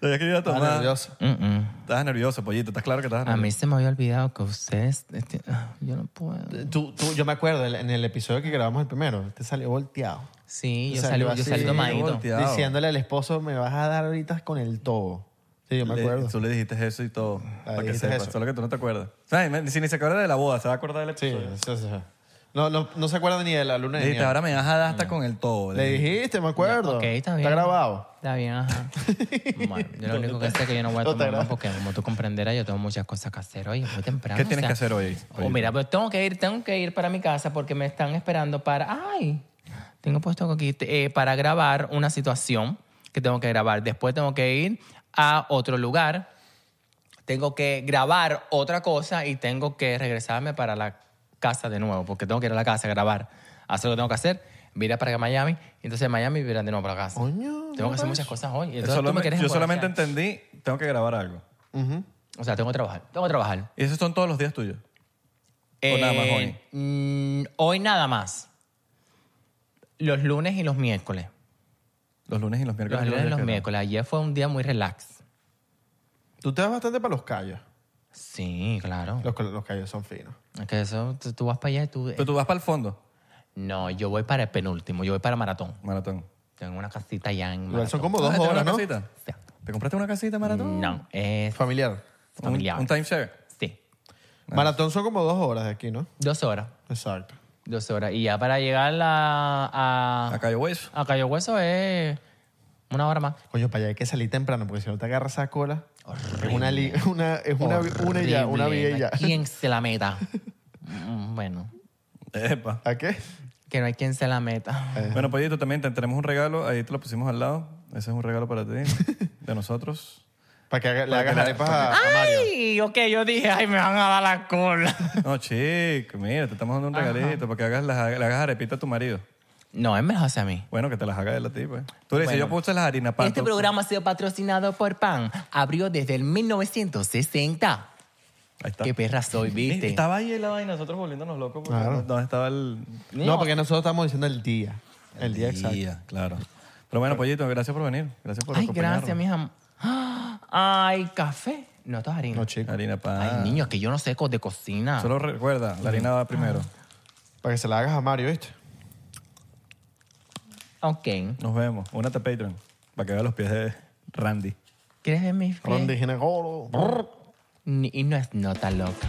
Speaker 1: Sabías que iba a
Speaker 2: Estaba
Speaker 1: tomar.
Speaker 2: nervioso.
Speaker 3: Mm-mm.
Speaker 1: Estabas nervioso, pollito. Estás claro que estabas
Speaker 3: A
Speaker 1: nervioso.
Speaker 3: mí se me había olvidado que ustedes... este, ah, Yo no puedo.
Speaker 2: Tú, tú, yo me acuerdo el- en el episodio que grabamos el primero, te salió volteado.
Speaker 3: Sí,
Speaker 2: Te
Speaker 3: yo salí, yo
Speaker 2: así,
Speaker 3: salí tomadito.
Speaker 1: volteado. Volteado.
Speaker 2: Diciéndole al esposo, me vas a dar ahorita con el todo. Sí, yo me
Speaker 1: Le-
Speaker 2: acuerdo.
Speaker 1: tú le dijiste eso y todo. para que
Speaker 2: dijiste
Speaker 1: sepas,
Speaker 2: eso.
Speaker 1: solo que tú no te acuerdas. O sea, me- si ni se acuerda de la boda, se va a acordar del
Speaker 2: Sí,
Speaker 1: episodio.
Speaker 2: eso sí. No, no, no se acuerda ni de la luna
Speaker 1: Le
Speaker 2: de
Speaker 1: dijiste,
Speaker 2: miel.
Speaker 1: ahora me vas a dar hasta con el todo.
Speaker 2: Le dijiste, me acuerdo.
Speaker 3: Ok, está bien.
Speaker 2: Está grabado.
Speaker 3: Está bien,
Speaker 2: [laughs]
Speaker 3: ajá. Bueno, yo lo único que sé es que yo no voy a
Speaker 2: No te
Speaker 3: tomar más
Speaker 2: agrada.
Speaker 3: porque como tú comprenderás, yo tengo muchas cosas que hacer hoy, es muy temprano.
Speaker 1: ¿Qué
Speaker 3: o
Speaker 1: tienes
Speaker 3: sea-
Speaker 1: que hacer hoy?
Speaker 3: Oh, mira, pues tengo que ir, tengo que ir para mi casa porque me están esperando para... ¡Ay! Tengo puesto aquí eh, para grabar una situación que tengo que grabar. Después tengo que ir a otro lugar, tengo que grabar otra cosa y tengo que regresarme para la casa de nuevo porque tengo que ir a la casa a grabar, hacer lo que tengo que hacer, virar para Miami, y entonces de Miami virar de nuevo para la casa.
Speaker 2: Coño,
Speaker 3: tengo que hacer
Speaker 2: ¿no
Speaker 3: muchas cosas hoy. y
Speaker 1: Yo
Speaker 3: entonces tú me
Speaker 1: solamente-
Speaker 3: quieres
Speaker 1: yo solamente
Speaker 3: emborrachar.
Speaker 1: entendí, tengo que grabar algo.
Speaker 3: O sea, tengo que trabajar, tengo que trabajar.
Speaker 1: ¿Y esos son todos los días tuyos? ¿O nada más hoy?
Speaker 3: Eh, mm, hoy nada más. Los lunes y los miércoles.
Speaker 1: Los lunes y
Speaker 3: Los
Speaker 1: los miércoles.
Speaker 3: lunes y los
Speaker 1: que no.
Speaker 3: miércoles. Ayer fue un día muy relax.
Speaker 2: Tú te das bastante para los callos.
Speaker 3: Sí, claro.
Speaker 2: Los, los callos son finos.
Speaker 3: Es que eso, tú, tú vas para allá y tú...
Speaker 1: Pero tú vas para el fondo,
Speaker 3: No, yo voy para el penúltimo, yo voy para Maratón.
Speaker 1: maratón.
Speaker 3: Tengo una casita allá en
Speaker 2: Igual
Speaker 3: Maratón.
Speaker 2: son como dos
Speaker 1: Ah, ¿te
Speaker 2: horas,
Speaker 1: una
Speaker 2: ¿no?
Speaker 1: casita?
Speaker 3: O sea,
Speaker 1: ¿Te compraste una casita, maratón?
Speaker 3: No, es
Speaker 2: Familiar.
Speaker 1: Un,
Speaker 3: Mm, familiar.
Speaker 1: un timeshare.
Speaker 3: Sí,
Speaker 2: Maratón son como dos horas de aquí, ¿no?
Speaker 3: dos horas.
Speaker 2: Exacto.
Speaker 3: Dos horas. Y ya para llegar a... A,
Speaker 1: A Cayo Hueso.
Speaker 3: a Cayo Hueso es una hora más.
Speaker 2: Coño, para allá hay que salir temprano, porque si no te agarras esa cola, es una, li- una, es una, una y ya, una vía y ya.
Speaker 3: Horrible. No hay quien se la meta? [laughs] Mm, bueno,
Speaker 1: Epa.
Speaker 2: [laughs] ¿A qué?
Speaker 3: que no hay quien se la meta.
Speaker 1: Bueno, Pollito, también te tenemos un regalo. Ahí te lo pusimos al lado. Ese es un regalo
Speaker 3: [laughs]
Speaker 1: para ti, de nosotros.
Speaker 2: Para que haga- le
Speaker 1: Para que
Speaker 2: hagas
Speaker 1: la-
Speaker 2: arepas
Speaker 1: para
Speaker 2: a, a Mario.
Speaker 3: Ay, ok, yo dije, ay, me van a dar la cola.
Speaker 1: No, chico, mira, te estamos dando un regalito para que hagas las, le hagas arepita a tu marido.
Speaker 3: [laughs] No, él me las hace a mí.
Speaker 1: Bueno, que te las haga él a ti, pues. Tú le dices,
Speaker 3: Bueno.
Speaker 1: yo puse las harinas pan.
Speaker 3: Este
Speaker 1: tú-
Speaker 3: programa ha sido patrocinado por PAN. Abrió desde el 1960.
Speaker 1: Ahí está.
Speaker 3: Qué perra soy,
Speaker 1: Eh,
Speaker 3: viste.
Speaker 1: Estaba ahí la vaina, nosotros volviéndonos locos. Porque
Speaker 2: Claro.
Speaker 1: no- ¿Dónde estaba el
Speaker 2: No, porque nosotros estamos diciendo el día. El día exacto.
Speaker 1: día? Claro. Pero bueno, Pollito, gracias por venir. Gracias por
Speaker 3: Ay,
Speaker 1: acompañarnos.
Speaker 3: gracias, mis am- [gasps] ¡Ah! Ay, café. No, esto es harina.
Speaker 2: No, chico.
Speaker 1: Harina pan.
Speaker 3: Ay, niño, que yo no sé co- de cocina.
Speaker 1: Solo recuerda, la harina va primero.
Speaker 3: Ah.
Speaker 2: Para que se la hagas a Mario, ¿viste?
Speaker 3: Ok.
Speaker 1: Nos vemos. Únete a Patreon para que vea los pies de Randy.
Speaker 3: ¿Quieres ver mis pies?
Speaker 2: Ron de ginecólogo.
Speaker 3: Ni- Y no es nota loca.